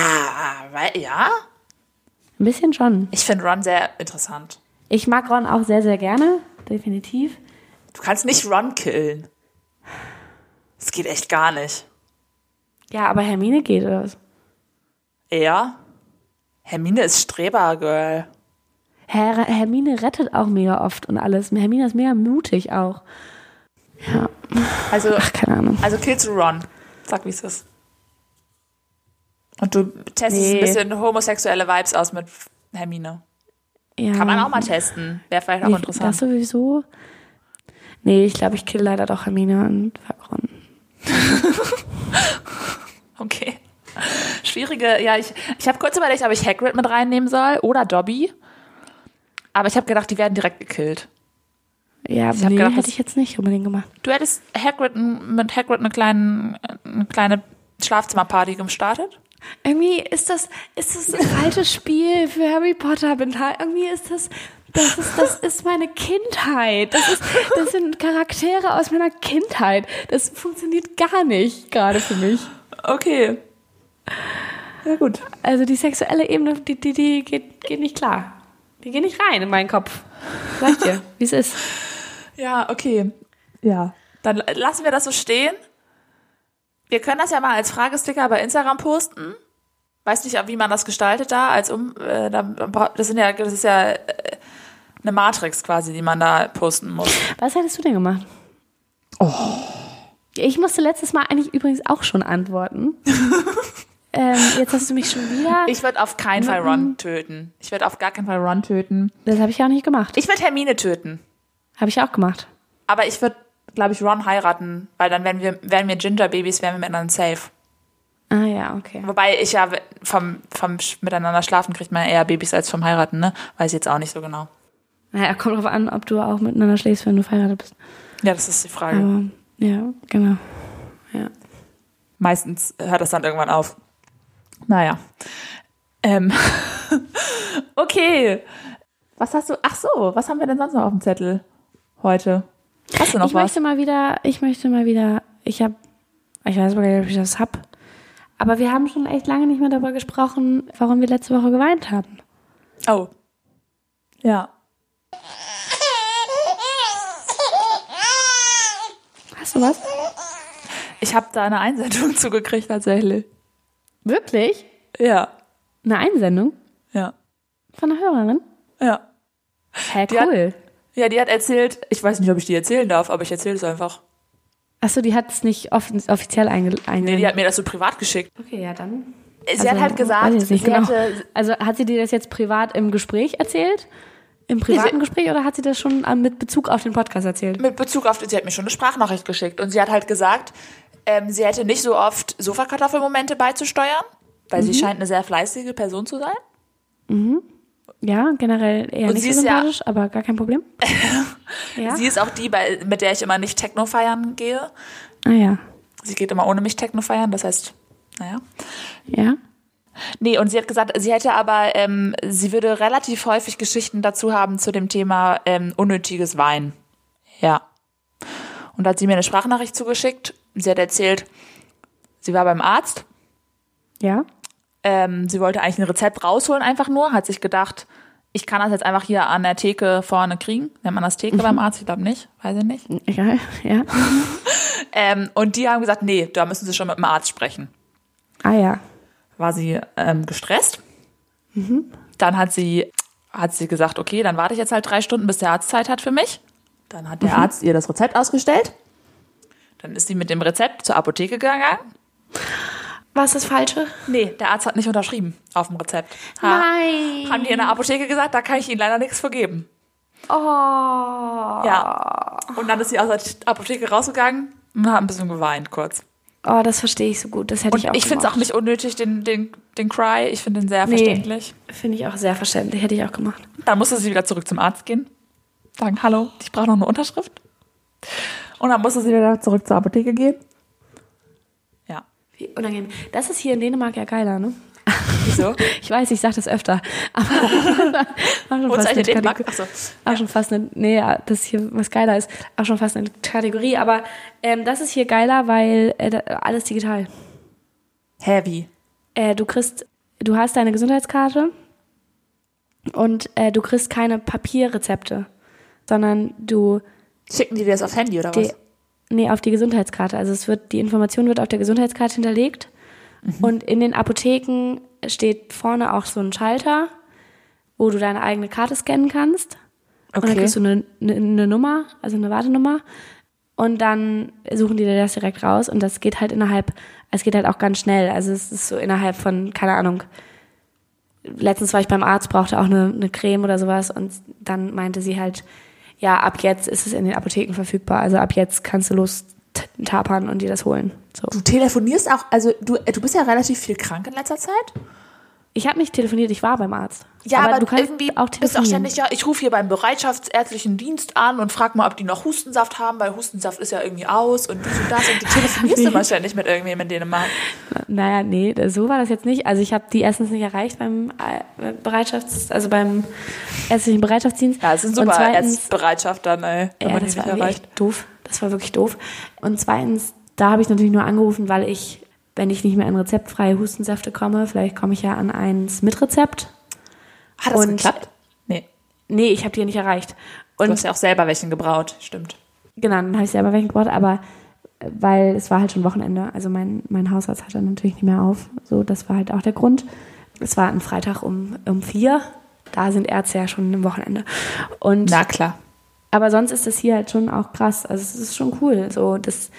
A: weil, ja.
B: Ein bisschen schon.
A: Ich finde Ron sehr interessant.
B: Ich mag Ron auch sehr, sehr gerne, definitiv.
A: Du kannst nicht Ron killen. Das geht echt gar nicht.
B: Ja, aber Hermine geht oder was?
A: Ja. Hermine ist Strebergirl.
B: Her Hermine rettet auch mega oft und alles. Hermine ist mega mutig auch. Ja,
A: Also,
B: ach, keine Ahnung.
A: also killst du Ron. Sag, wie es ist. Und du testest
B: Nee.
A: ein bisschen homosexuelle Vibes aus mit Hermine.
B: Ja,
A: Kann man auch mal testen. Wäre vielleicht auch
B: Mhm. wie, Das
A: interessant.
B: sowieso. Nee, ich glaube, ich kill leider doch Hermine und fuck Ron.
A: Okay. Schwierige, ja, ich, ich habe kurz überlegt, ob ich Hagrid mit reinnehmen soll oder Dobby. Aber ich habe gedacht, die werden direkt gekillt.
B: Ja,
A: hab
B: nee,
A: gedacht, das-
B: hätte ich jetzt nicht unbedingt gemacht.
A: Du hättest Hagrid, n- mit Hagrid eine, kleinen, äh, eine kleine Schlafzimmerparty gestartet?
B: Irgendwie ist das, ist das ein altes Spiel für Harry Potter mental. Irgendwie ist das, das ist, das ist meine Kindheit. Das, ist, das sind Charaktere aus meiner Kindheit. Das funktioniert gar nicht gerade für mich.
A: Okay. Ja, gut.
B: Also die sexuelle Ebene, die, die, die geht, geht nicht klar. Die geht nicht rein in meinen Kopf. Sag ich dir, wie es ist.
A: Ja, okay. Ja. Dann la- lassen wir das so stehen. Wir können das ja mal als Fragesticker bei Instagram posten. Weiß nicht, wie man das gestaltet da, als um, äh, da- das sind ja, das ist ja äh, eine Matrix quasi, die man da posten muss.
B: Was hättest du denn gemacht?
A: Oh.
B: Ich musste letztes Mal eigentlich übrigens auch schon antworten. ähm, jetzt hast du mich schon wieder.
A: Ich würde auf keinen Fall Ron töten. Ich würde auf gar keinen Fall Ron töten.
B: das habe ich ja auch nicht gemacht.
A: Ich würde Hermine töten.
B: Habe ich auch gemacht.
A: Aber ich würde, glaube ich, Ron heiraten, weil dann wären wir, wären wir Ginger-Babys, wären wir miteinander safe.
B: Ah ja, okay.
A: Wobei ich ja vom, vom Sch- miteinander schlafen kriegt man eher Babys als vom heiraten, ne? Weiß ich jetzt auch nicht so genau.
B: Naja, kommt drauf an, ob du auch miteinander schläfst, wenn du verheiratet bist.
A: Ja, das ist die Frage.
B: Aber ja, genau. Ja.
A: Meistens hört das dann irgendwann auf. Naja. Ähm. okay. Was hast du? Ach so, was haben wir denn sonst noch auf dem Zettel heute? Hast du noch
B: ich
A: was?
B: möchte mal wieder, ich möchte mal wieder, ich habe, ich weiß gar nicht, ob ich das hab, aber wir haben schon echt lange nicht mehr darüber gesprochen, warum wir letzte Woche geweint haben.
A: Oh. Ja.
B: Hast du was?
A: Ich habe da eine Einsendung zugekriegt tatsächlich.
B: Wirklich?
A: Ja.
B: Eine Einsendung
A: Ja.
B: von einer Hörerin?
A: Ja.
B: Hä,
A: Die hat-
B: cool.
A: Ja, die hat erzählt, ich weiß nicht, ob ich die erzählen darf, aber ich erzähle es einfach.
B: Achso, die hat es nicht offi- offiziell einge
A: Nee, die
B: eingegangen.
A: hat mir das so privat geschickt.
B: Okay, ja, dann.
A: Sie hat halt gesagt,
B: Also, weiß ich
A: sie
B: nicht genau.
A: hätte,
B: also hat sie dir das jetzt privat im Gespräch erzählt? Im privaten Gespräch oder hat sie das schon ähm, mit Bezug auf den Podcast erzählt?
A: mit Bezug auf, sie hat mir schon eine Sprachnachricht geschickt und sie hat halt gesagt, ähm, sie hätte nicht so oft Sofakartoffelmomente beizusteuern, weil
B: Mhm.
A: sie scheint eine sehr fleißige Person zu sein.
B: Ja, generell eher
A: Und
B: nicht
A: sie
B: so
A: ist ja-
B: sympathisch, aber gar kein Problem. ja?
A: Sie ist auch die, bei, mit der ich immer nicht Techno feiern gehe.
B: ah ja.
A: Sie geht immer ohne mich Techno feiern, das heißt, naja.
B: Ja.
A: Nee, und sie hat gesagt, sie hätte aber, ähm, sie würde relativ häufig Geschichten dazu haben zu dem Thema ähm, unnötiges Wein. Ja. Und da hat sie mir eine Sprachnachricht zugeschickt. Sie hat erzählt, sie war beim Arzt
B: Ja.
A: ähm, sie wollte eigentlich ein Rezept rausholen, einfach nur, hat sich gedacht, ich kann das jetzt einfach hier an der Theke vorne kriegen. Nennt man das Theke beim Arzt? Ich glaube nicht, weiß ich nicht.
B: Egal. Ja.
A: Ähm, und die haben gesagt, nee, da müssen sie schon mit dem Arzt sprechen.
B: Ah ja.
A: War sie ähm, gestresst. Dann hat sie, hat sie gesagt, okay, dann warte ich jetzt halt drei Stunden, bis der Arzt Zeit hat für mich. Dann hat der Arzt ihr das Rezept ausgestellt. Dann ist sie mit dem Rezept zur Apotheke gegangen.
B: War es das Falsche?
A: Nee, der Arzt hat nicht unterschrieben auf dem Rezept. Ha,
B: Nein.
A: haben die in der Apotheke gesagt, da kann ich ihnen leider nichts vergeben.
B: Oh.
A: Ja. Und dann ist sie aus der Apotheke rausgegangen und hat ein bisschen geweint kurz.
B: Oh, das verstehe ich so gut. Das hätte
A: Und
B: ich auch
A: ich finde es auch
B: gemacht.
A: nicht unnötig, den, den, den Cry. Ich finde ihn sehr
B: Nee.
A: verständlich.
B: Finde ich auch sehr verständlich. Hätte ich auch gemacht.
A: Dann musste sie wieder zurück zum Arzt gehen. Sagen, hallo, ich brauche noch eine Unterschrift. Und dann musste sie wieder zurück zur Apotheke gehen. Ja.
B: Wie unangenehm. Das ist hier in Dänemark ja geiler, ne?
A: Wieso?
B: Ich weiß, ich sage das öfter. Aber war schon
A: Wohnzeichen
B: fast eine
A: Dänemark?
B: Kategorie.
A: Ach so.
B: Auch schon fast eine, nee, ja, das hier, was geiler ist, auch schon fast eine Kategorie. Aber ähm, das ist hier geiler, weil äh, da- alles digital.
A: Heavy.
B: äh, du kriegst, du hast deine Gesundheitskarte und äh, du kriegst keine Papierrezepte, sondern du
A: Schicken die dir das auf Handy oder
B: die,
A: was?
B: nee, auf die Gesundheitskarte. Also es wird, die Information wird auf der Gesundheitskarte hinterlegt und in den Apotheken steht vorne auch so ein Schalter, wo du deine eigene Karte scannen kannst. Und dann
A: Okay.
B: kriegst du eine, eine, eine Nummer, also eine Wartenummer. Und dann suchen die dir das direkt raus und das geht halt innerhalb, es geht halt auch ganz schnell. Also es ist so innerhalb von, keine Ahnung. Letztens war ich beim Arzt, brauchte auch eine, eine Creme oder sowas und dann meinte sie halt, ja, ab jetzt ist es in den Apotheken verfügbar. Also ab jetzt kannst du los t- tapern und dir das holen. So.
A: Du telefonierst auch, also du, du bist ja relativ viel krank in letzter Zeit.
B: Ich habe nicht telefoniert, ich war beim Arzt.
A: Ja, aber,
B: du kannst
A: irgendwie
B: auch
A: ist auch
B: telefonieren.
A: ständig, ja, ich rufe hier beim bereitschaftsärztlichen Dienst an und frage mal, ob die noch Hustensaft haben, weil Hustensaft ist ja irgendwie aus und dies und das und du telefonierst immer ständig mit irgendjemandem in Dänemark.
B: Naja, nee, so war das jetzt nicht. Also ich habe die erstens nicht erreicht beim äh, Bereitschafts-, also beim ärztlichen Bereitschaftsdienst.
A: Ja, es sind
B: Und
A: super
B: zweitens-
A: Erstbereitschaft dann, ey, wenn
B: ja,
A: man die
B: das
A: nicht
B: war irgendwie
A: erreicht.
B: echt doof. Das war wirklich doof. Und zweitens, da habe ich natürlich nur angerufen, weil ich, wenn ich nicht mehr an rezeptfreie Hustensäfte komme, vielleicht komme ich ja an eins mit Rezept.
A: Hat das
B: Und-
A: geklappt? Nee.
B: Nee, ich habe die ja nicht erreicht.
A: Du
B: Und
A: hast ja auch selber welchen gebraut, stimmt.
B: Genau, dann habe ich selber welchen gebraut, aber äh, weil es war halt schon Wochenende. Also mein, mein Hausarzt hatte natürlich nicht mehr auf. So, das war halt auch der Grund. Es war ein Freitag um, um vier da sind Ärzte ja schon am Wochenende. Und
A: Na klar.
B: aber sonst ist das hier halt schon auch krass. Also es ist schon cool, so dass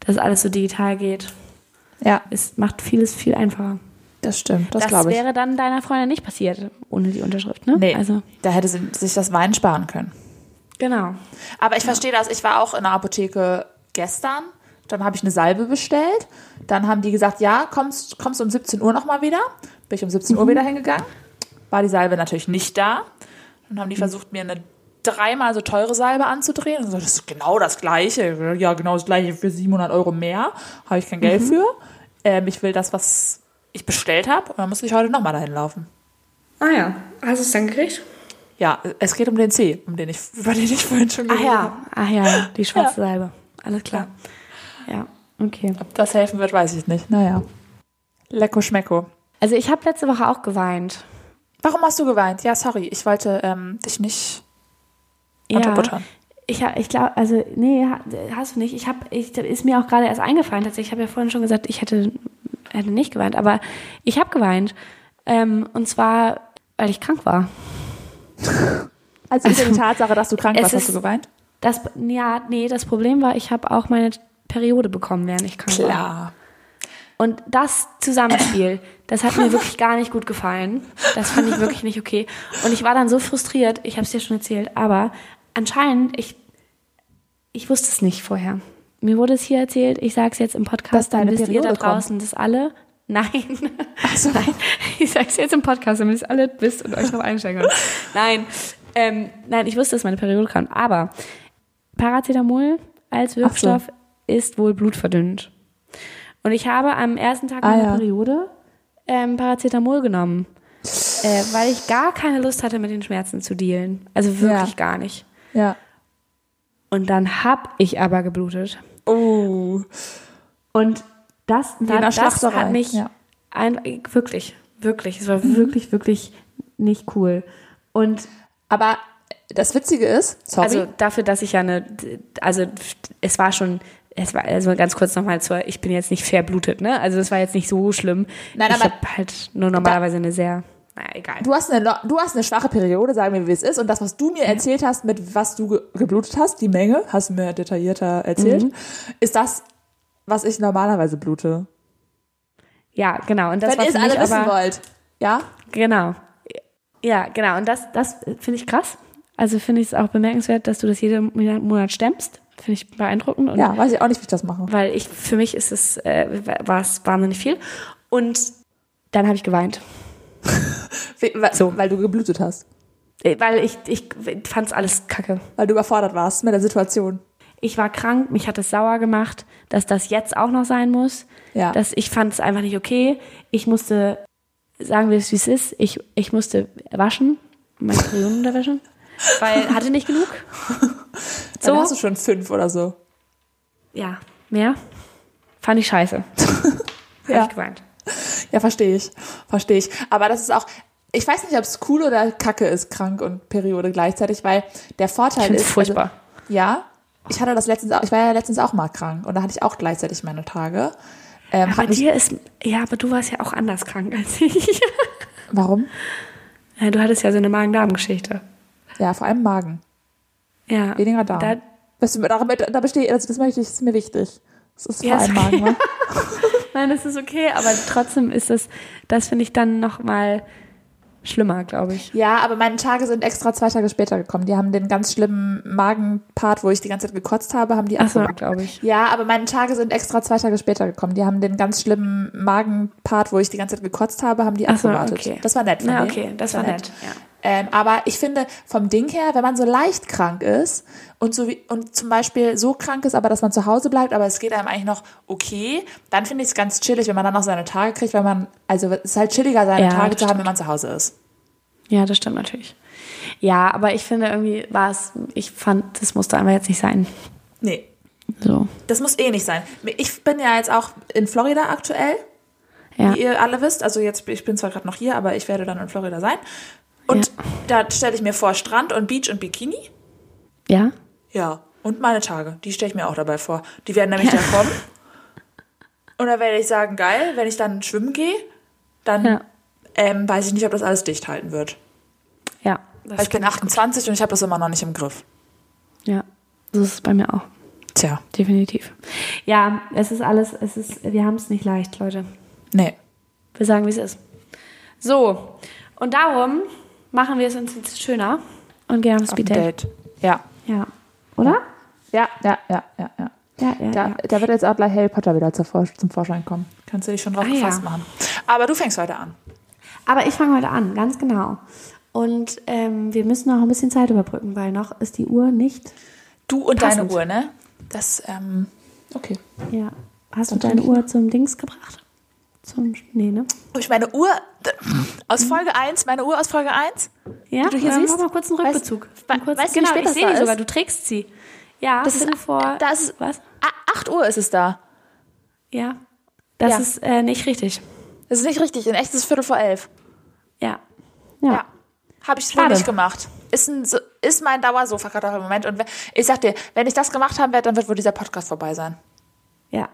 B: das alles so digital geht.
A: Ja,
B: Es macht vieles viel einfacher.
A: das stimmt. Das,
B: das
A: glaube ich.
B: wäre dann deiner Freundin nicht passiert ohne die Unterschrift, ne?
A: nee,
B: Also
A: da hätte sie sich das Wein sparen können.
B: genau.
A: Aber ich verstehe das. Ich war auch in der Apotheke gestern. Dann habe ich eine Salbe bestellt. Dann haben die gesagt, ja, kommst, kommst um 17 Uhr nochmal wieder. Bin ich um 17
D: Mhm.
A: Uhr wieder hingegangen. War die Salbe natürlich nicht da. Dann
D: Mhm.
A: haben die versucht, mir eine dreimal so teure Salbe anzudrehen. Und so, das ist genau das Gleiche. Ja, genau das Gleiche für 700 Euro mehr. Habe ich kein
D: Mhm.
A: Geld für. Ähm, ich will das, was ich bestellt habe. Und dann muss ich heute nochmal dahin laufen.
D: Ah ja, hast du es dann gekriegt?
A: Ja, es geht um den C, um den ich, über den ich vorhin schon
D: Ah
B: Ach
A: geredet habe.
B: Ah ja, ach ja, die schwarze Salbe. Alles klar. Ja, okay.
A: Ob das helfen wird, weiß ich nicht. Naja. Lecko schmecko.
B: Also ich habe letzte Woche auch geweint.
A: Warum hast du geweint? Ja, sorry, ich wollte ähm, dich nicht unterbuttern.
B: Ich, ha- ich glaube, also nee, ha- hast du nicht. Ich habe, ich, das ist mir auch gerade erst eingefallen. Tatsächlich, ich habe ja vorhin schon gesagt, ich hätte, hätte nicht geweint, aber ich habe geweint. Ähm, und zwar, weil ich krank war.
A: Also hinter die Tatsache, dass du krank
B: Es
A: warst, hast
B: ist-
A: du geweint?
B: Das, ja, nee, das Problem war, ich habe auch meine Periode bekommen, während ich krank war.
A: Klar.
B: Und das Zusammenspiel, das hat mir wirklich gar nicht gut gefallen. Das fand ich wirklich nicht okay. Und ich war dann so frustriert, ich habe es dir schon erzählt, aber anscheinend, ich, ich wusste es nicht vorher. Mir wurde es hier erzählt, ich sage es jetzt im Podcast,
A: Dass deine
B: dann wisst ihr da
A: Periode kommt.
B: draußen das alle. Nein. Nein. Ich sage es jetzt im Podcast, damit ihr alle wisst und euch drauf einsteigen könnt. Nein. Ähm, nein, ich wusste, dass meine Periode kam. Aber Paracetamol als Wirkstoff ist wohl blutverdünnend. Und ich habe am ersten Tag
A: Ah,
B: meiner
A: ja.
B: Periode ähm, Paracetamol genommen, äh, weil ich gar keine Lust hatte, mit den Schmerzen zu dealen. Also wirklich
A: Ja.
B: gar nicht.
A: Ja.
B: Und dann habe ich aber geblutet.
A: Oh.
B: Und das,
A: in der
B: das
A: Schlachterei,
B: hat mich
A: ja.
B: ein, wirklich, wirklich, es
A: Mhm.
B: war wirklich, wirklich nicht cool. Und
A: Aber das Witzige ist, sorry,
B: Also dafür, dass ich ja eine, also es war schon, es war also ganz kurz nochmal zur, ich bin jetzt nicht verblutet, ne? Also es war jetzt nicht so schlimm.
A: Nein,
B: ich
A: aber-
B: habe halt nur normalerweise eine sehr, naja, egal.
A: du, hast eine, lo- du hast eine schwache Periode, sagen wir, wie es ist. Und das, was du mir erzählt hast, mit was du ge geblutet hast, die Menge, hast du mir detaillierter erzählt, ist das, was ich normalerweise blute.
B: Ja, genau. Und das
A: Wenn
B: war
A: ihr es
B: für
A: alle
B: mich
A: wissen
B: aber,
A: wollt. Ja?
B: Genau. Ja, genau. Und das, das finde ich krass. Also finde ich es auch bemerkenswert, dass du das jeden Monat stemmst. Finde ich beeindruckend. Und
A: Ja, weiß ich auch nicht, wie ich das mache.
B: weil ich für mich ist es äh, war es wahnsinnig viel. Und dann habe ich geweint.
A: We- Weil,
B: So.
A: weil du geblutet hast.
B: Äh, Weil ich, ich fand es alles kacke.
A: Weil du überfordert warst mit der Situation.
B: ich war krank, mich hat es sauer gemacht, dass das jetzt auch noch sein muss.
A: Ja.
B: Dass ich fand es einfach nicht okay. Ich musste, sagen wir es wie es ist, ich, ich musste waschen, meine Periodenunterwäsche, weil hatte nicht genug.
A: Dann
B: So.
A: hast du schon fünf oder so.
B: Ja, mehr. Fand ich scheiße. ja.
A: Ja.
B: Hab ich geweint.
A: Ja, verstehe ich. Verstehe ich. Aber das ist auch, ich weiß nicht, ob es cool oder kacke ist, krank und Periode gleichzeitig, weil der Vorteil
B: Ich find's
A: ist.
B: furchtbar.
A: Also, ja. Ich hatte das letztens auch, ich war ja letztens auch mal krank und da hatte ich auch gleichzeitig meine Tage. Ähm,
B: Bei
A: hat mich,
B: dir ist, ja, aber du warst ja auch anders krank als ich.
A: warum?
B: Ja, du hattest ja so eine Magen-Darm-Geschichte.
A: Ja, vor allem Magen.
B: Ja.
A: Weniger Darm.
B: Da,
A: Bist du, damit, da bestehe, also das möchte ich, ist mir wichtig. Das ist vor
B: Ja,
A: allem
B: sorry.
A: Magen, ne?
B: Nein, das ist okay, aber trotzdem ist das, das finde ich dann nochmal schlimmer, glaube ich.
A: Ja, aber meine Tage sind extra zwei Tage später gekommen. Die haben den ganz schlimmen Magenpart, wo ich die ganze Zeit gekotzt habe, haben die
B: Ach so,
A: abgemacht.
B: glaube ich.
A: Ja, aber meine Tage sind extra zwei Tage später gekommen. Die haben den ganz schlimmen Magenpart, wo ich die ganze Zeit gekotzt habe, haben die
B: Ach so,
A: abgewartet.
B: okay.
A: Das war nett von
B: Na,
A: denen.
B: okay, das war nett, ja.
A: Ähm, aber ich finde, vom Ding her, wenn man so leicht krank ist und, so wie, und zum Beispiel so krank ist, aber dass man zu Hause bleibt, aber es geht einem eigentlich noch okay, dann finde ich es ganz chillig, wenn man dann noch seine Tage kriegt, weil man, also es ist halt chilliger, seine
B: Ja,
A: Tage
B: das
A: zu haben, wenn man zu Hause ist.
B: Ja, das stimmt natürlich. Ja, aber ich finde irgendwie war es, ich fand, das musste einfach jetzt nicht sein.
A: Nee,
B: So.
A: das muss eh nicht sein. Ich bin ja jetzt auch in Florida aktuell
B: Ja.
A: wie ihr alle wisst. Also jetzt, ich bin zwar gerade noch hier, aber ich werde dann in Florida sein. Und da stelle ich mir vor Strand und Beach und Bikini.
B: Ja?
A: Ja. Und meine Tage, die stelle ich mir auch dabei vor. Die werden nämlich da kommen. Und da werde ich sagen, geil, wenn ich dann schwimmen gehe, dann
B: Ja.
A: ähm, weiß ich nicht, ob das alles dicht halten wird.
B: Ja,
A: Weil ich bin 28 und ich habe das immer noch nicht im Griff.
B: Ja, so ist es bei mir auch.
A: Tja,
B: Definitiv. Ja, es ist alles, es ist, wir haben es nicht leicht, Leute.
A: nee.
B: Wir sagen, wie es ist. So, und darum machen wir es uns jetzt schöner und gehen auf ein
A: Auf ein
B: Speeddate.
A: Date. Ja.
B: Ja, oder?
A: Ja, ja, ja, ja, ja.
B: Ja, ja,
A: Da,
B: ja.
A: da wird jetzt auch gleich Harry Potter wieder zur Vor- zum Vorschein kommen. Kannst du dich schon drauf
B: Ah, ja.
A: gefasst machen. Aber du fängst heute an.
B: Aber ich fange heute an, ganz genau. Und ähm, wir müssen noch ein bisschen Zeit überbrücken, weil noch ist die Uhr nicht.
A: Du und
B: Passend.
A: deine Uhr, ne? Das, ähm, okay.
B: Ja. Hast du deine Uhr zum Dings gebracht? Zum, nee, ne?
A: Hab Oh, Ich meine Uhr aus Folge 1, meine Uhr aus Folge 1?
B: Ja,
A: du hier
B: ähm,
A: siehst?
B: mach mal kurz einen
A: Weißt-
B: Rückbezug.
A: we-
B: Einen kurzen-
A: weißt du, wie
B: genau,
A: spät
B: ich
A: das
B: sehe
A: da
B: die
A: ist?
B: sogar, du trägst sie. Ja,
A: Das ist-
B: Viertel vor.
A: das ist-
B: was?
A: Ah, 8 Uhr ist es da.
B: Ja. Das
A: Ja.
B: ist äh, nicht richtig.
A: Das ist nicht richtig. In echt ist es Viertel vor elf.
B: Ja.
A: Ja. Habe ich wohl
B: Schade.
A: nicht gemacht. Ist, ein, so- ist mein Dauersofa gerade auch im Moment. Und we- ich sag dir, wenn ich das gemacht haben werde, dann wird wohl dieser Podcast vorbei sein.
B: Ja.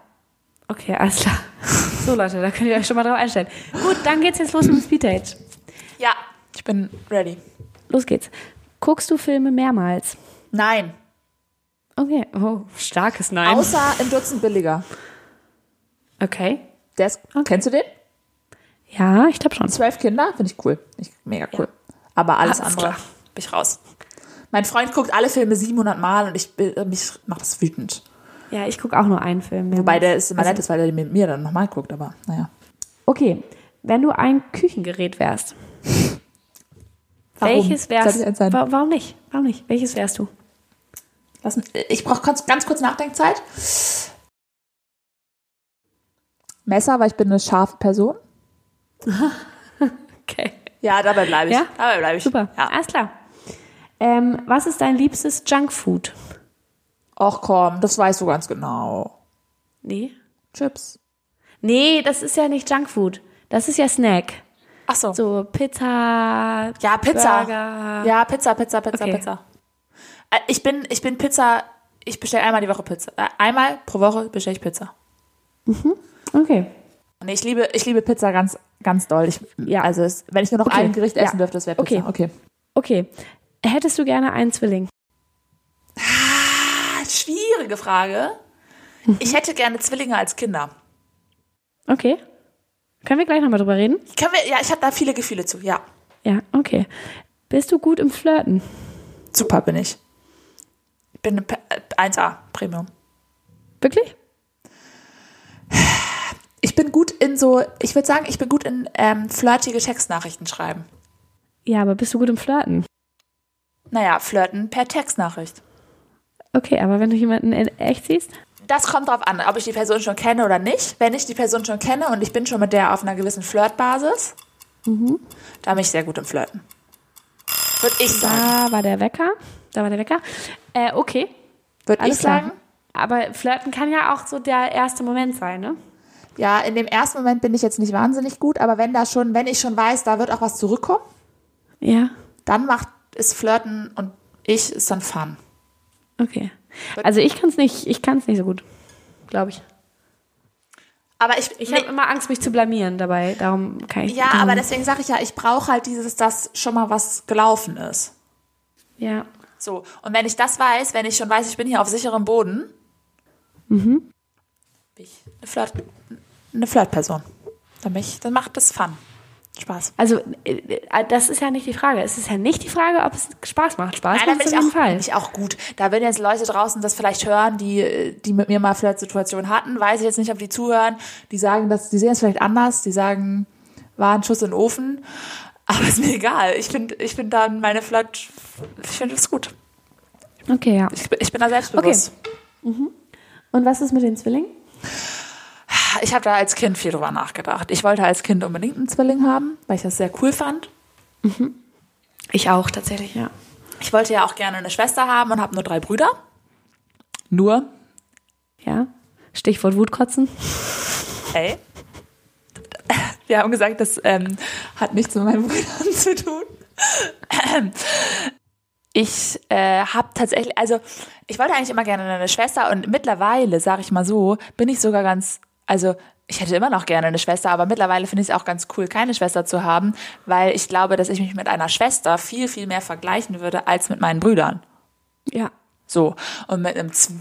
B: Okay, alles klar. So, Leute, da könnt ihr euch schon mal drauf einstellen. Gut, dann geht's jetzt los mit dem Speeddate.
A: Ja, ich bin ready.
B: Los geht's. Guckst du Filme mehrmals?
A: Nein.
B: Okay. Oh, starkes Nein.
A: Außer im Dutzend billiger.
B: Okay.
A: Der ist, Kennst du den?
B: Ja, ich glaube schon.
A: Zwölf Kinder? Finde ich cool. Ich, mega cool. Aber alles,
B: Alles
A: andere
B: klar.
A: bin ich raus. Mein Freund guckt alle Filme 700 Mal und ich bin- mich macht das wütend.
B: Ja, ich gucke auch nur einen Film. mehrmals.
A: Wobei der ist immer nett ist, weil er den mit mir dann nochmal guckt, aber naja.
B: Okay, wenn du ein Küchengerät wärst,
A: Warum?
B: welches wärst
A: Soll ich
B: du?
A: eins sein?
B: Warum nicht? Warum nicht? Welches wärst du?
A: Lass, mich- ich brauche ganz, ganz kurz Nachdenkzeit. Messer, weil ich bin eine scharfe Person.
B: Okay,
A: Ja, dabei bleibe ich.
B: Ja?
A: Dabei bleibe ich.
B: super.
A: Ja.
B: Alles klar. Ähm, was ist dein liebstes Junkfood?
A: Och komm, das weißt du ganz genau.
B: Nee.
A: Chips.
B: Nee, das ist ja nicht Junkfood. Das ist ja Snack.
A: Ach so.
B: So Pizza.
A: Ja, Pizza.
B: Burger.
A: Ja, Pizza, Pizza, Pizza,
B: Okay.
A: Pizza. Äh, Ich bin, ich bin Pizza, ich bestelle einmal die Woche Pizza. Äh, Einmal pro Woche bestelle ich Pizza.
B: Okay.
A: Und ich liebe, ich liebe Pizza ganz, ganz doll. Ich,
B: Ja.
A: Also es, wenn ich nur noch
B: Okay.
A: ein Gericht
B: Ja.
A: essen dürfte, das wäre Pizza.
B: Okay. Okay. Hättest du gerne einen Zwilling?
A: Ah, schwierige Frage. Ich hätte gerne Zwillinge als Kinder.
B: Okay. Können wir gleich nochmal drüber reden?
A: Können wir, ja, ich habe da viele Gefühle zu. Ja,
B: Ja, okay. Bist du gut im Flirten?
A: super bin ich. Ich bin eine Pe- äh, 1A Premium.
B: Wirklich?
A: Ich bin gut in so, ich würde sagen, ich bin gut in ähm, flirtige Textnachrichten schreiben.
B: Ja, aber bist du gut im Flirten?
A: Naja, flirten per Textnachricht.
B: Okay, aber wenn du jemanden in echt siehst?
A: Das kommt drauf an, ob ich die Person schon kenne oder nicht. Wenn ich die Person schon kenne und ich bin schon mit der auf einer gewissen Flirtbasis, da bin ich sehr gut im Flirten. Würde ich sagen.
B: Da war der Wecker. Da war der Wecker. Äh, okay,
A: Würde ich
B: alles klar.
A: sagen.
B: Aber Flirten kann ja auch so der erste Moment sein, ne?
A: Ja, in dem ersten Moment bin ich jetzt nicht wahnsinnig gut, aber wenn da schon, wenn ich schon weiß, da wird auch was zurückkommen,
B: Ja,
A: dann macht ist Flirten und ich ist dann Fun.
B: okay. Also ich kann es nicht, ich kann es nicht so gut, glaube ich.
A: Aber ich,
B: Ich
A: nee,
B: habe immer Angst, mich zu blamieren dabei. Darum kann ich.
A: ja,
B: darum,
A: aber deswegen sage ich ja, ich brauche halt dieses, dass schon mal was gelaufen ist.
B: Ja.
A: So, und wenn ich das weiß, wenn ich schon weiß, ich bin hier auf sicherem Boden,
B: Mhm.
A: bin ich eine, Flirt, eine Flirtperson. Dann, bin ich, dann macht das Fun. Spaß.
B: Also äh, äh, das ist ja nicht die Frage. Es ist ja nicht die Frage, ob es Spaß macht. Spaß
A: da
B: macht
A: bin
B: es auf
A: ich,
B: jeden
A: auch, bin
B: Fall.
A: ich auch gut. Da werden jetzt Leute draußen das vielleicht hören, die, die mit mir mal Flirtsituationen hatten. Weiß ich jetzt nicht, ob die zuhören. Die sagen, dass, die sehen es vielleicht anders. Die sagen, war ein Schuss in den Ofen. Aber ist mir egal. Ich finde ich find dann meine Flirt, ich finde es gut.
B: Okay, ja.
A: Ich, bin- ich bin da selbstbewusst.
B: Okay. Und was ist mit den Zwillingen?
A: Ich habe da als Kind viel drüber nachgedacht. Ich wollte als Kind unbedingt einen Zwilling haben, weil ich das sehr cool fand.
B: Ich auch tatsächlich, ja.
A: Ich wollte ja auch gerne eine Schwester haben und habe nur drei Brüder. Nur?
B: Ja. Stichwort Wutkotzen.
A: Ey. Wir haben gesagt, das ähm, hat nichts mit meinen Brüdern zu tun. Ich äh, habe tatsächlich, also ich wollte eigentlich immer gerne eine Schwester und mittlerweile, sage ich mal so, bin ich sogar ganz, also ich hätte immer noch gerne eine Schwester, aber mittlerweile finde ich es auch ganz cool, keine Schwester zu haben, weil ich glaube, dass ich mich mit einer Schwester viel, viel mehr vergleichen würde als mit meinen Brüdern.
B: Ja.
A: So. Und mit einem Z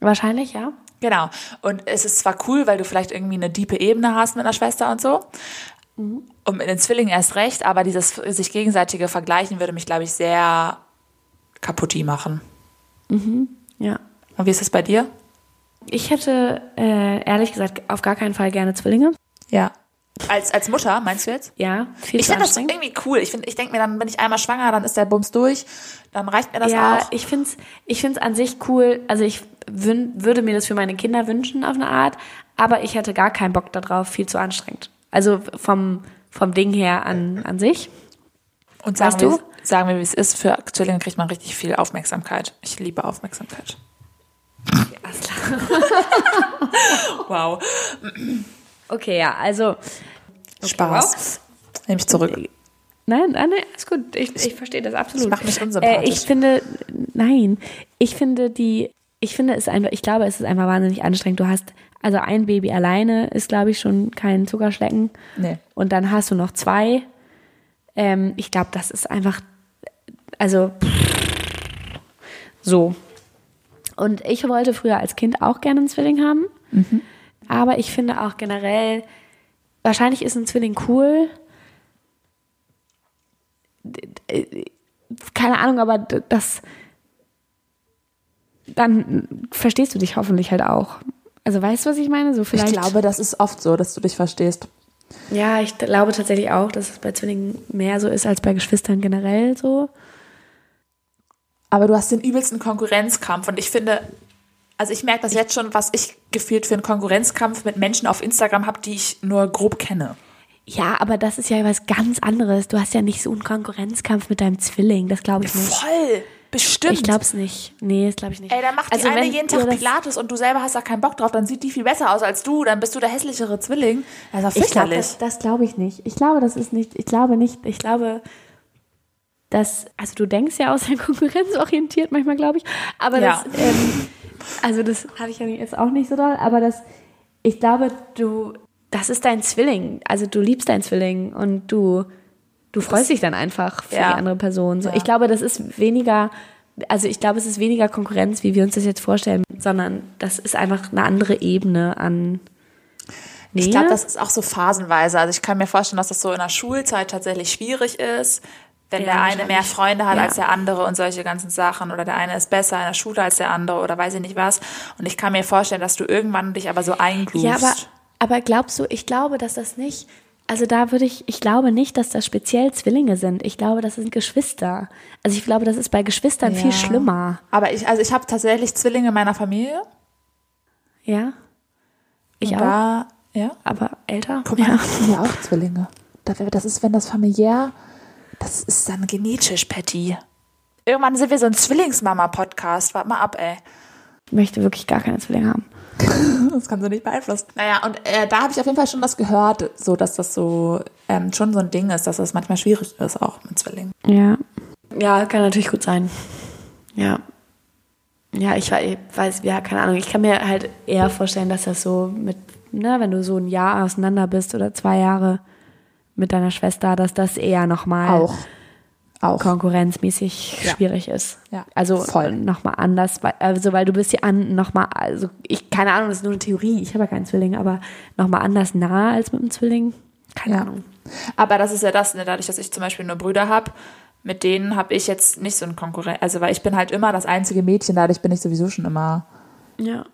B: Wahrscheinlich, ja.
A: Genau. Und es ist zwar cool, weil du vielleicht irgendwie eine diepe Ebene hast mit einer Schwester und so. Und mit den Zwillingen erst recht, aber dieses sich gegenseitige Vergleichen würde mich, glaube ich, sehr kaputti machen.
B: Ja.
A: Und wie ist das bei dir?
B: Ich hätte äh, ehrlich gesagt auf gar keinen Fall gerne Zwillinge.
A: Ja. Als, als Mutter, meinst du jetzt?
B: Ja, viel
A: Ich
B: zu
A: finde das
B: anstrengend.
A: irgendwie cool. Ich, find- ich denke mir, dann bin ich einmal schwanger, dann ist der Bums durch, dann reicht mir das
B: ja,
A: auch.
B: ich find's, ich find's an sich cool. Also ich wün- würde mir das für meine Kinder wünschen auf eine Art, aber ich hätte gar keinen Bock darauf, viel zu anstrengend. Also vom, vom Ding her an, an sich.
A: Und sagen
B: Weißt
A: wir,
B: du?
A: es- sagen wir, wie es ist, für Zwillinge kriegt man richtig viel Aufmerksamkeit. Ich liebe Aufmerksamkeit. wow.
B: Okay, ja, also.
A: Spaß. Nehme ich zurück.
B: Nein, nein, nein, ist gut. Ich, ich verstehe das absolut.
A: macht mich unsympathisch.
B: Äh, ich finde, nein, ich finde die, ich finde es einfach, ich glaube, es ist einfach wahnsinnig anstrengend. Du hast, also ein Baby alleine ist, glaube ich, schon kein Zuckerschlecken.
A: Nee.
B: Und dann hast du noch zwei. Ähm, ich glaube, das ist einfach, also so. Und ich wollte früher als Kind auch gerne einen Zwilling haben. Mhm. Aber ich finde auch generell, wahrscheinlich ist ein Zwilling cool. Keine Ahnung, aber d- das. Dann verstehst du dich hoffentlich halt auch. Also weißt du, was ich meine? So
A: Ich
B: vielleicht.
A: glaube, das ist oft so, dass du dich verstehst.
B: Ja, ich glaube tatsächlich auch, dass es bei Zwillingen mehr so ist als bei Geschwistern generell so.
A: Aber du hast den übelsten Konkurrenzkampf und ich finde, also ich merke das jetzt schon, was ich gefühlt für einen Konkurrenzkampf mit Menschen auf Instagram habe, die ich nur grob kenne.
B: Ja, aber das ist ja was ganz anderes. Du hast ja nicht so einen Konkurrenzkampf mit deinem Zwilling. Das glaube ich nicht.
A: Voll, bestimmt.
B: Ich glaube es nicht. Nee, das glaube ich nicht. Also
A: Ey, dann macht die eine jeden
B: ihr
A: Tag
B: das-
A: Pilates und du selber hast da keinen Bock drauf, dann sieht die viel besser aus als du, dann bist du der hässlichere Zwilling. Das ist doch
B: Ich glaube,
A: fürchterlich.
B: das, das glaube ich nicht. Ich glaube, das ist nicht. Ich glaube nicht. Ich glaube, dass also du denkst ja aus der Konkurrenz orientiert manchmal, glaube ich. Aber
A: Ja.
B: das, ähm, also das habe ich ja jetzt auch nicht so doll. Aber das, ich glaube, du, das ist dein Zwilling. Also du liebst deinen Zwilling und du, du freust dich dann einfach für
A: Ja.
B: die andere Person. So,
A: Ja.
B: Ich glaube, das ist weniger. Also ich glaube, es ist weniger Konkurrenz, wie wir uns das jetzt vorstellen, sondern das ist einfach eine andere Ebene an.
A: Ich
B: Nähe.
A: glaube, das ist auch so phasenweise. Also ich kann mir vorstellen, dass das so in der Schulzeit tatsächlich schwierig ist, wenn
B: Ja,
A: der eine mehr
B: wahrscheinlich.
A: Freunde hat
B: Ja.
A: als der andere und solche ganzen Sachen oder der eine ist besser in der Schule als der andere oder weiß ich nicht was. Und ich kann mir vorstellen, dass du irgendwann dich aber so eingroovst.
B: Ja, aber, aber glaubst du, ich glaube, dass das nicht, also da würde ich, ich glaube nicht, dass das speziell Zwillinge sind. Ich glaube, das sind Geschwister. Also ich glaube, das ist bei Geschwistern viel schlimmer.
A: Aber ich, also ich habe tatsächlich Zwillinge in meiner Familie.
B: Ja? Ich
A: Und
B: auch,
A: Da, ja.
B: aber älter.
A: Guck mal,
B: Ja.
A: ich bin ja auch Zwillinge. Das wär- Das ist, wenn das familiär, das ist dann genetisch, Patty. Irgendwann sind wir so ein Zwillingsmama-Podcast. Wart mal ab, ey.
B: Ich möchte wirklich gar keine Zwillinge haben.
A: Das kann sie nicht beeinflussen. Naja, und äh, da habe ich auf jeden Fall schon das gehört, so dass das so ähm, schon so ein Ding ist, dass das manchmal schwierig ist, auch mit Zwillingen.
B: Ja. Ja, kann natürlich gut sein. Ja. Ja, ich wei- weiß, ja, keine Ahnung. Ich kann mir halt eher vorstellen, dass das so mit, ne, wenn du so ein Jahr auseinander bist oder zwei Jahre mit deiner Schwester, dass das eher nochmal
A: Auch.
B: konkurrenzmäßig
A: Ja.
B: schwierig ist.
A: Ja,
B: Also
A: voll.
B: nochmal anders, weil- also weil du bist ja an nochmal, also ich, keine Ahnung, das ist nur eine Theorie, ich habe ja keinen Zwilling, aber nochmal anders nah als mit einem Zwilling. Keine
A: Ja.
B: Ahnung.
A: Aber das ist ja das, ne? dadurch, dass ich zum Beispiel nur Brüder habe, mit denen habe ich jetzt nicht so einen Konkurrent. Also, weil ich bin halt immer das einzige Mädchen, dadurch bin ich sowieso schon immer.
B: Ja.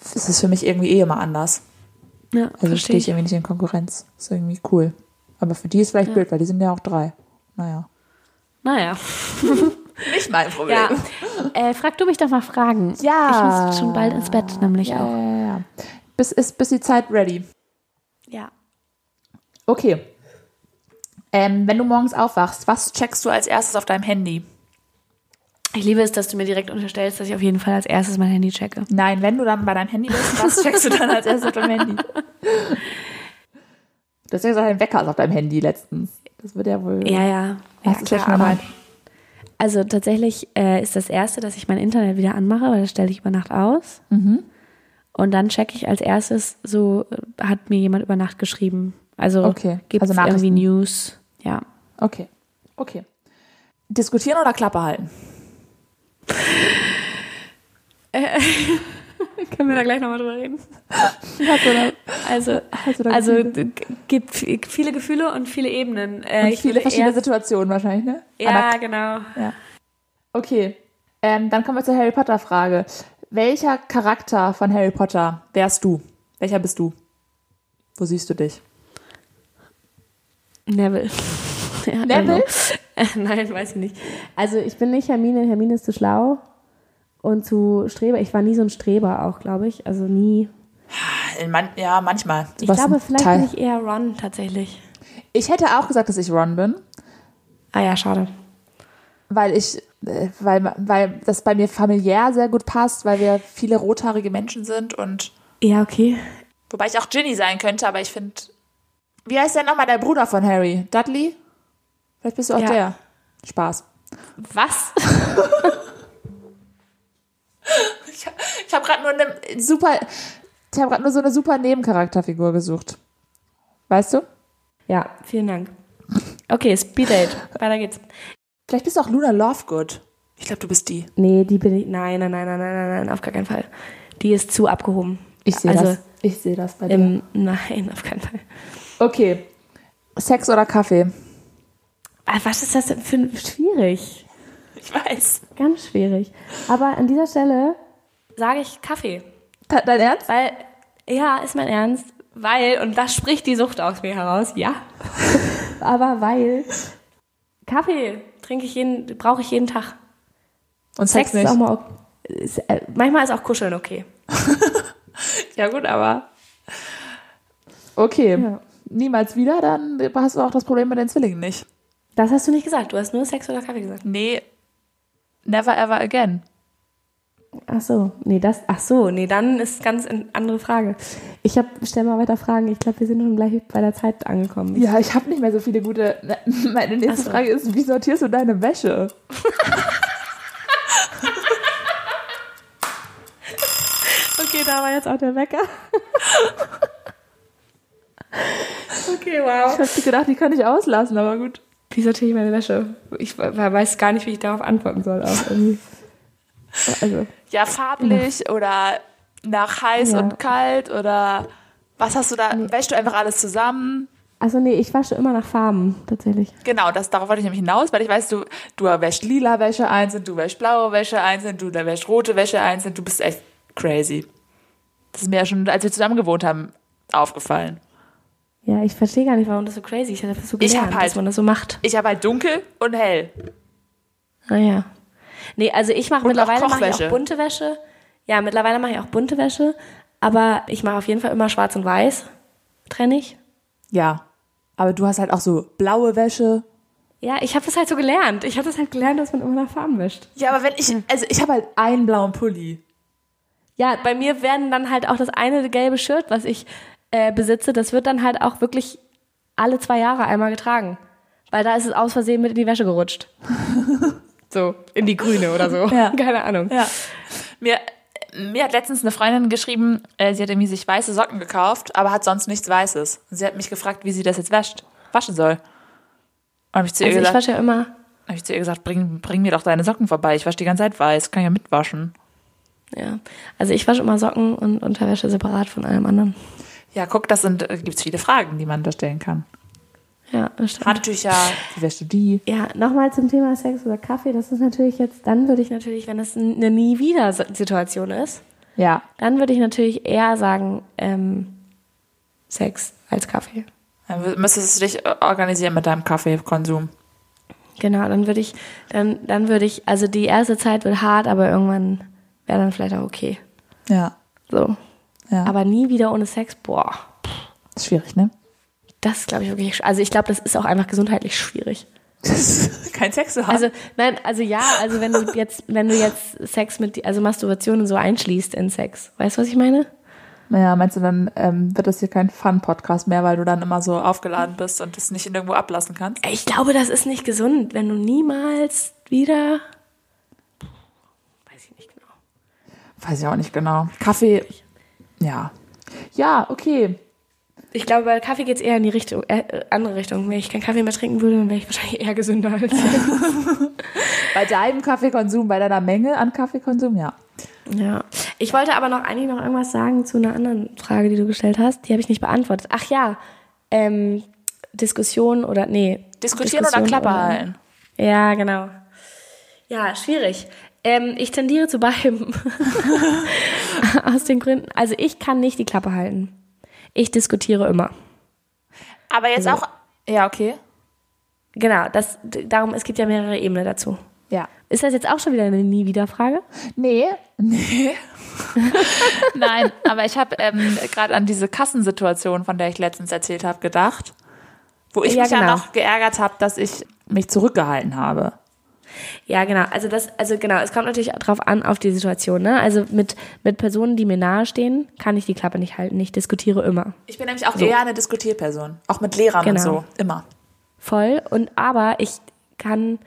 A: Es ist für mich irgendwie eh immer anders.
B: Ja,
A: Also
B: verstehe
A: stehe
B: ich.
A: ich irgendwie nicht in Konkurrenz. Ist irgendwie cool. Aber für die ist vielleicht blöd, weil die sind ja auch drei. Naja.
B: Naja.
A: Nicht mein Problem.
B: Ja. Äh, frag du mich doch mal Fragen.
A: Ja.
B: Ich muss schon bald ins Bett, nämlich
A: Ja,
B: auch.
A: ja, ja. Bis, ist, bis die Zeit ready.
B: Ja.
A: Okay. Ähm, wenn du morgens aufwachst, was checkst du als erstes auf deinem Handy?
B: Ich liebe es, dass du mir direkt unterstellst, dass ich auf jeden Fall als erstes mein Handy checke.
A: Nein, wenn du dann bei deinem Handy bist, was checkst du dann als erstes auf deinem Handy? Du hast ja gesagt, dein Wecker ist auf deinem Handy letztens. Das wird ja wohl.
B: Ja, ja.
A: das ist ja schon mal.
B: Also
A: Mhm.
B: tatsächlich äh, ist das Erste, dass ich mein Internet wieder anmache, weil das stelle ich über Nacht aus. Und dann checke ich als erstes, so äh, hat mir jemand über Nacht geschrieben. Also
A: Okay,
B: gibt es
A: also
B: irgendwie
A: Nachrichten.
B: News. Ja.
A: Okay. Okay. Diskutieren oder Klappe halten?
B: Können wir da gleich nochmal drüber reden?
A: ne? Äh,
B: Also,
A: Hast du da
B: also
A: Gefühle?
B: g- gibt v- viele Gefühle und viele Ebenen. Äh,
A: Und
B: ich
A: viele
B: würde
A: verschiedene
B: eher,
A: Situationen wahrscheinlich, ne?
B: Ja, genau.
A: Okay. Ähm, dann kommen wir zur Harry Potter Frage. Welcher Charakter von Harry Potter wärst du? Welcher bist du? Wo siehst du dich?
B: Neville. Ja,
A: Neville?
B: also-
E: genau.
B: Nein, weiß ich nicht.
E: Also ich bin nicht Hermine, Hermine ist zu schlau und zu Streber. Ich war nie so ein Streber auch, glaube ich. Also nie.
A: ja, manchmal.
B: Ich glaube, vielleicht bin ich eher Ron tatsächlich.
A: Ich hätte auch gesagt, dass ich Ron bin,
B: Ah ja, schade.
A: weil ich, äh, weil, weil das bei mir familiär sehr gut passt, weil wir viele rothaarige Menschen sind und
B: Ja, okay.
A: wobei ich auch Ginny sein könnte, aber ich finde, wie heißt denn nochmal der Bruder von Harry? Dudley? Vielleicht bist du auch
B: Ja.
A: der. Spaß.
B: Was?
A: Ich, hab- ich habe gerade nur eine super, ich habe gerade nur so eine super Nebencharakterfigur gesucht. Weißt du?
E: Ja,
B: Vielen Dank. Okay, Speeddate. Weiter geht's.
A: Vielleicht bist du auch Luna Lovegood. Ich glaube, du bist die.
E: nee, die bin ich.
B: Nein, nein, nein, nein, nein, nein, nein, auf gar keinen Fall. Die ist zu abgehoben.
E: Ich sehe
B: also,
E: das. Ich sehe das bei dir.
B: Im, nein, auf keinen Fall.
A: Okay. Sex oder Kaffee?
B: Ah, Was ist das denn für ein...
E: schwierig,
A: Ich weiß.
E: ganz schwierig. Aber an dieser Stelle
B: Sage ich Kaffee.
A: Dein Ernst?
B: Weil, ja, ist mein Ernst. Weil, und das spricht die Sucht aus mir heraus, ja.
E: Aber weil
B: Kaffee trinke ich jeden, brauche ich jeden Tag.
A: Und Sex,
E: Sex
A: nicht.
E: ist auch mal ok- ist, äh,
B: Manchmal ist auch Kuscheln okay. ja gut, aber...
A: Okay.
E: Ja.
A: Niemals wieder, dann hast du auch das Problem mit den Zwillingen nicht.
B: Das hast du nicht gesagt. Du hast nur Sex oder Kaffee gesagt.
A: Nee. Never ever again.
E: Ach so, nee, das. Ach so,
B: So, nee, dann ist ganz eine andere Frage.
E: ich hab, stell mal weiter Fragen. Ich glaube, wir sind schon gleich bei der Zeit angekommen.
A: Ja, ich habe nicht mehr so viele gute. Ne, Meine nächste Frage ist, wie sortierst du deine Wäsche?
E: Okay, da war jetzt auch der Wecker.
B: Okay, wow.
A: Ich habe gedacht, die kann ich auslassen, aber gut.
E: Wie sortiere ich meine Wäsche? Ich weiß gar nicht, wie ich darauf antworten soll. Auch irgendwie. Also,
A: Ja, farblich oder nach heiß
E: Ja.
A: und kalt oder was hast du da? Wäschst du einfach alles zusammen?
E: also nee, ich wasche immer nach Farben, tatsächlich.
A: Genau, das, darauf wollte ich nämlich hinaus, weil ich weiß, du, du wäschst lila Wäsche einzeln, du wäschst blaue Wäsche einzeln, du da wäschst rote Wäsche einzeln, du bist echt crazy. Das ist mir ja schon, als wir zusammen gewohnt haben, aufgefallen.
E: Ja, ich verstehe gar nicht, warum.
B: Warum das so crazy? Ich habe das so
A: Ich
B: gelernt,
A: hab halt-
B: dass man das so macht.
A: Ich habe halt dunkel und hell.
B: Naja. Ah, Nee, also ich mache
A: Und
B: mittlerweile
A: auch
B: mache ich
A: Kochwäsche.
B: auch bunte Wäsche. Ja, mittlerweile mache ich auch bunte Wäsche, aber ich mache auf jeden Fall immer schwarz und weiß. Trenne ich.
A: Ja. Aber du hast halt auch so blaue Wäsche.
B: Ja, ich habe das halt so gelernt. Ich habe das halt gelernt, dass man immer nach Farben wäscht.
A: Ja, aber wenn ich, also ich habe halt einen blauen Pulli.
B: Ja, bei mir werden dann halt auch das eine gelbe Shirt, was ich äh, besitze, das wird dann halt auch wirklich alle zwei Jahre einmal getragen. Weil da ist es aus Versehen mit in die Wäsche gerutscht. so, in die grüne oder so.
A: Ja.
B: Keine Ahnung. Also
A: Ja. Mir, mir hat letztens eine Freundin geschrieben, äh, sie hat irgendwie sich weiße Socken gekauft, aber hat sonst nichts Weißes. Und sie hat mich gefragt, wie sie das jetzt wäscht, waschen soll. Und habe ich, zu ihr
B: Also ich
A: gesagt-
B: wasche ja immer.
A: hab ich zu ihr gesagt, bring, bring mir doch deine Socken vorbei. Ich wasche die ganze Zeit weiß, kann ja mitwaschen.
B: Ja. Also ich wasche immer Socken und Unterwäsche separat von allem anderen.
A: Ja, guck, das sind, äh, gibt's viele Fragen, die man da stellen kann.
B: Ja, das stimmt.
A: Handtücher, wie wäschst du die?
B: Ja, noch
E: Nochmal zum Thema Sex oder Kaffee. Das ist natürlich jetzt, dann würde ich natürlich.
B: natürlich, wenn es eine nie wieder Situation ist,
A: Ja.
B: dann würde ich natürlich eher sagen ähm, Sex als Kaffee.
A: Dann wü- müsstest du dich äh, organisieren mit deinem Kaffeekonsum.
B: Genau, dann würde ich, dann, dann würde ich, also die erste Zeit wird hart, aber irgendwann wäre dann vielleicht auch okay.
A: Ja.
B: So.
A: Ja.
B: Aber nie wieder ohne Sex, boah,
A: Ist schwierig, ne?
B: das ist, glaube ich wirklich, sch- also ich glaube, das ist auch einfach gesundheitlich schwierig.
A: Kein Sex zu haben.
B: Also, nein, also ja, also wenn du jetzt, wenn du jetzt Sex mit, also Masturbation und so einschließt in Sex, weißt du, was ich meine?
A: Naja, meinst du, dann ähm, wird das hier kein Fun-Podcast mehr, weil du dann immer so aufgeladen bist und es nicht irgendwo ablassen kannst?
B: Ich glaube, das ist nicht gesund, wenn du niemals wieder. Weiß ich nicht genau.
A: Weiß ich auch nicht genau. Kaffee Ja. Ja, okay.
E: Ich glaube, bei Kaffee geht es eher in die Richtung, äh, äh, andere Richtung. Wenn ich keinen Kaffee mehr trinken würde, dann wäre ich wahrscheinlich eher gesünder als
A: Bei deinem Kaffeekonsum, bei deiner Menge an Kaffeekonsum, ja.
E: Ja. Ich wollte aber noch eigentlich noch irgendwas sagen zu einer anderen Frage, die du gestellt hast. Die habe ich nicht beantwortet. Ach ja, ähm, Diskussion oder nee.
A: Diskutieren oder Klappe halten?
E: Ja, genau. Ja, schwierig. Ähm, ich tendiere zu beidem. Aus den Gründen. Also ich kann nicht die Klappe halten. Ich diskutiere immer.
A: Aber jetzt auch. Ja, okay.
E: Genau, das, darum, es gibt ja mehrere Ebenen dazu.
A: Ja.
E: Ist das jetzt auch schon wieder eine Nie-Wieder-Frage?
A: Nee, nee. Nein, aber ich habe ähm, gerade an diese Kassensituation, von der ich letztens erzählt habe, gedacht, wo ich
E: Ja,
A: mich ja
E: genau.
A: noch geärgert habe, dass ich mich zurückgehalten habe.
E: Ja, genau. Also das, also genau, es kommt natürlich drauf an, auf die Situation. Ne? Also mit, mit Personen, die mir nahestehen, kann ich die Klappe nicht halten. Ich diskutiere immer.
A: Ich bin nämlich auch eher eine Diskutierperson, auch mit Lehrern und
E: Genau.
A: so, immer.
E: Voll. Und aber ich kann,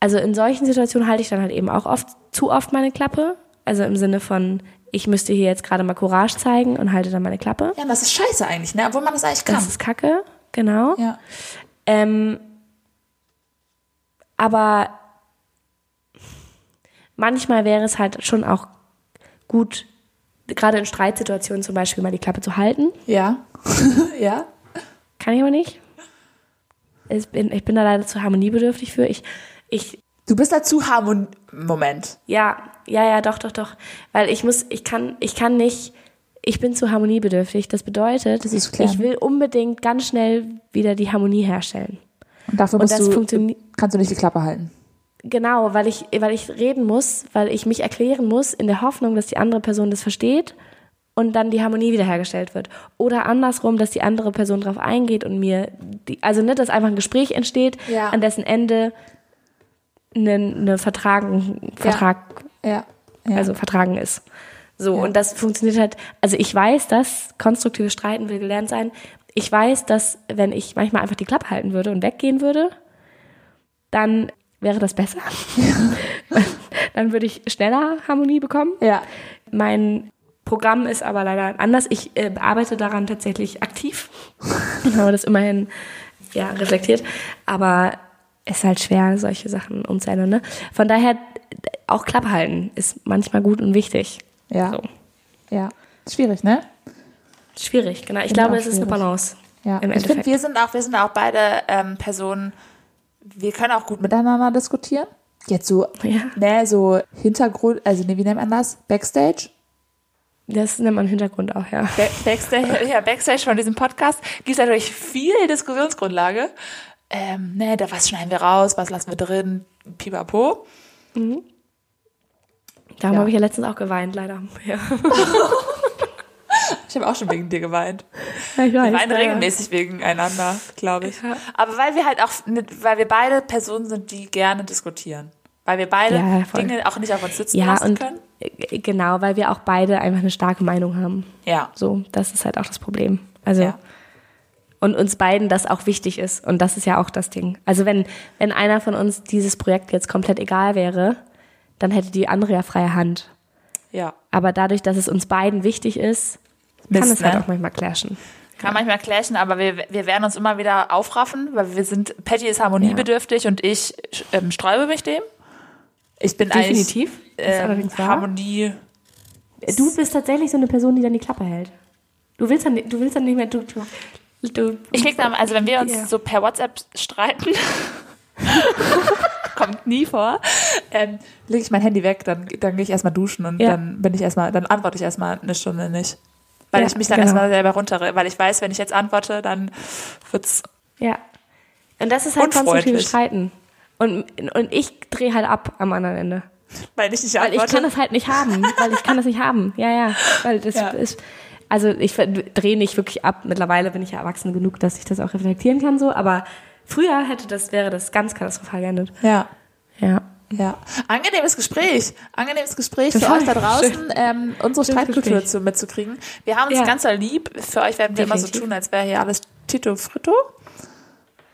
E: also in solchen Situationen halte ich dann halt eben auch oft zu oft meine Klappe. Also im Sinne von, ich müsste hier jetzt gerade mal Courage zeigen und halte dann meine Klappe.
A: Ja, aber das ist scheiße eigentlich, ne? obwohl man das eigentlich kann.
E: Das ist Kacke, genau.
A: ja.
E: Ähm, aber manchmal wäre es halt schon auch gut, gerade in Streitsituationen zum Beispiel mal die Klappe zu halten.
A: Ja. ja.
E: Kann ich aber nicht. Ich bin, ich bin da leider zu harmoniebedürftig für. Ich, ich,
A: Du bist dazu harmon... Moment.
E: ja, ja, ja, doch, doch, doch. Weil ich muss, ich kann, ich kann nicht, ich bin zu harmoniebedürftig. Das bedeutet,
A: Das ist klar.
E: ich will unbedingt ganz schnell wieder die Harmonie herstellen.
A: Und dafür
E: Und
A: musst
E: das
A: du,
E: funktioniert.
A: kannst du nicht die Klappe halten.
E: Genau, weil ich, weil ich reden muss, weil ich mich erklären muss, in der Hoffnung, dass die andere Person das versteht und dann die Harmonie wiederhergestellt wird. Oder andersrum, dass die andere Person drauf eingeht und mir, die, also nicht, dass einfach ein Gespräch entsteht,
A: Ja.
E: an dessen Ende eine, eine Vertragen, Vertrag,
A: Ja. ja.
E: also Vertragen ist. So, und das funktioniert halt, also ich weiß, dass konstruktives Streiten will gelernt sein. Ich weiß, dass wenn ich manchmal einfach die Klappe halten würde und weggehen würde, dann wäre das besser. dann würde ich schneller Harmonie bekommen.
A: ja.
E: Mein Programm ist aber leider anders. Ich äh, arbeite daran tatsächlich aktiv. Ich habe das immerhin ja, reflektiert. Aber es ist halt schwer, solche Sachen umzuändern. Ne? Von daher, d- auch Klappe halten ist manchmal gut und wichtig.
A: Ja.
E: So.
A: Ja. Schwierig, ne?
E: Schwierig, genau. Ich
A: Finde
E: glaube,
A: auch
E: es ist eine
A: schwierig.
E: Balance.
A: Ja.
E: Im
A: ich finde,
E: Endeffekt.
A: wir sind auch, wir sind auch beide ähm, Personen, wir können auch gut miteinander diskutieren. Jetzt so,
E: Ja.
A: ne, so Hintergrund, also ne, wie nennt man das? Backstage?
E: das nennt man Hintergrund auch, ja.
A: Ba- Backstage, ja, Backstage von diesem Podcast gibt es natürlich viel Diskussionsgrundlage. Ähm, ne, da was schneiden wir raus, was lassen wir drin, pipapo.
E: Darum
A: Ja.
E: habe ich ja letztens auch geweint, leider. Ja,
A: Ich habe auch schon wegen dir geweint.
E: ich weiß.
A: Wir weinen regelmäßig wegen einander, glaube ich.
E: Ja.
A: Aber weil wir halt auch, ne- weil wir beide Personen sind, die gerne diskutieren. Weil wir beide
E: Ja, voll.
A: Dinge auch nicht auf uns sitzen
E: Ja,
A: lassen
E: und
A: können.
E: äh, genau, weil wir auch beide einfach eine starke Meinung haben.
A: Ja.
E: So, das ist halt auch das Problem. Also
A: Ja.
E: und uns beiden das auch wichtig ist und das ist ja auch das Ding. Also wenn wenn einer von uns dieses Projekt jetzt komplett egal wäre, dann hätte die andere ja freie Hand.
A: Ja.
E: Aber dadurch, dass es uns beiden wichtig ist, kann
A: Mist,
E: es halt
A: ne?
E: auch manchmal clashen.
A: Kann manchmal clashen, aber wir, wir werden uns immer wieder aufraffen, weil wir sind, Patty ist harmoniebedürftig und ich ähm, sträube mich dem. Ich bin
E: Definitiv.
A: eigentlich
E: ist
A: ähm,
E: allerdings wahr.
A: Harmonie.
E: Du bist tatsächlich so eine Person, die dann die Klappe hält. Du willst dann, du willst dann nicht mehr. Du, du, du,
A: Ich krieg dann, also wenn wir uns
E: Ja.
A: so per WhatsApp streiten, kommt nie vor, ähm, lege ich mein Handy weg, dann, dann gehe ich erstmal duschen und
E: Ja.
A: dann bin ich erstmal, dann antworte ich erstmal eine Stunde nicht. Weil
E: Ja,
A: ich mich dann
E: genau.
A: erstmal selber runter, weil ich weiß, wenn ich jetzt antworte, dann wird's.
E: Ja. Und das ist halt
A: Unfreundlich.
E: konstruktives Streiten. Und, und ich drehe halt ab am anderen Ende.
A: Weil ich nicht
E: Weil ich
A: antworte.
E: kann das halt nicht haben. Weil ich kann das nicht haben. Ja, ja. Weil das
A: Ja.
E: ist. Also ich drehe nicht wirklich ab. Mittlerweile bin ich ja erwachsen genug, dass ich das auch reflektieren kann so. Aber früher hätte das, wäre das ganz katastrophal geendet.
A: ja.
E: Ja.
A: Ja, angenehmes Gespräch. Angenehmes Gespräch für euch da draußen, ähm, unsere Streitkultur
E: Gespräch.
A: zu, mitzukriegen. Wir haben uns
E: Ja.
A: ganz doll lieb. Für euch werden wir immer so
E: Definitiv.
A: tun, als wäre hier alles Tito Fritto.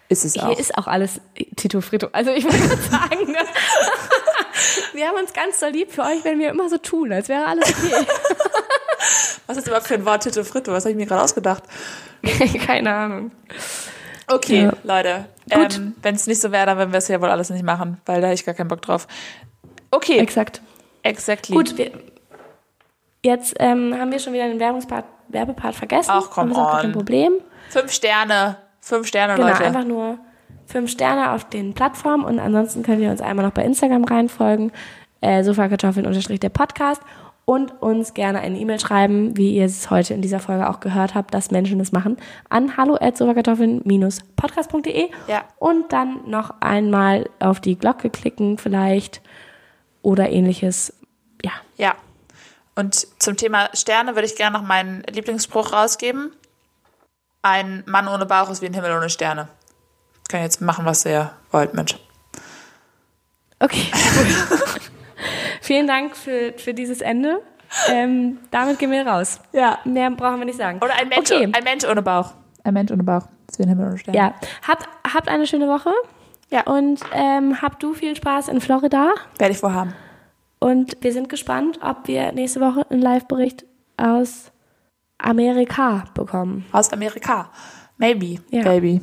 A: Ist es auch.
E: Hier ist auch alles Tito Frito. Also ich würde sagen, ne? wir haben uns ganz so lieb für euch, wenn wir immer so tun, als wäre alles okay.
A: Was ist überhaupt für ein Wort Tete Fritte? Was habe ich mir gerade ausgedacht?
B: Keine Ahnung.
A: Okay,
E: Ja.
A: Leute.
E: Gut.
A: Ähm, Wenn es nicht so wäre, dann würden wir es ja wohl alles nicht machen, weil da habe ich gar keinen Bock drauf. Okay,
E: Exakt.
A: exactly.
E: Gut, wir, jetzt ähm, haben wir schon wieder den Werbungspart, Werbepart vergessen.
A: Ach, come
E: Und ist auch gar
A: on.
E: kein Problem.
A: Fünf Sterne. Fünf Sterne,
E: Genau,
A: Leute.
E: einfach nur fünf Sterne auf den Plattformen und ansonsten könnt ihr uns einmal noch bei Instagram reinfolgen, äh, sofakartoffeln unterstrich der Podcast und uns gerne eine E-Mail schreiben, wie ihr es heute in dieser Folge auch gehört habt, dass Menschen das machen, an hallo podcastde
A: Ja.
E: und dann noch einmal auf die Glocke klicken vielleicht oder ähnliches. Ja,
A: Ja. Und zum Thema Sterne würde ich gerne noch meinen Lieblingsspruch rausgeben. Ein Mann ohne Bauch ist wie ein Himmel ohne Sterne. Könnt ihr jetzt machen, was ihr wollt, Mensch.
E: okay. Vielen Dank für, für dieses Ende. Ähm, damit gehen wir raus.
A: Ja.
E: Mehr brauchen wir nicht sagen.
A: Oder ein Mensch,
E: Okay.
A: ein Mensch ohne Bauch. Ein Mensch ohne Bauch ist wie ein Himmel ohne Sterne.
E: Ja. Habt, habt eine schöne Woche.
A: Ja.
E: Und ähm, habt du viel Spaß in Florida.
A: Werde ich vorhaben.
E: Und wir sind gespannt, ob wir nächste Woche einen Live-Bericht aus Amerika bekommen.
A: Aus Amerika. Maybe,
E: Ja.
A: baby.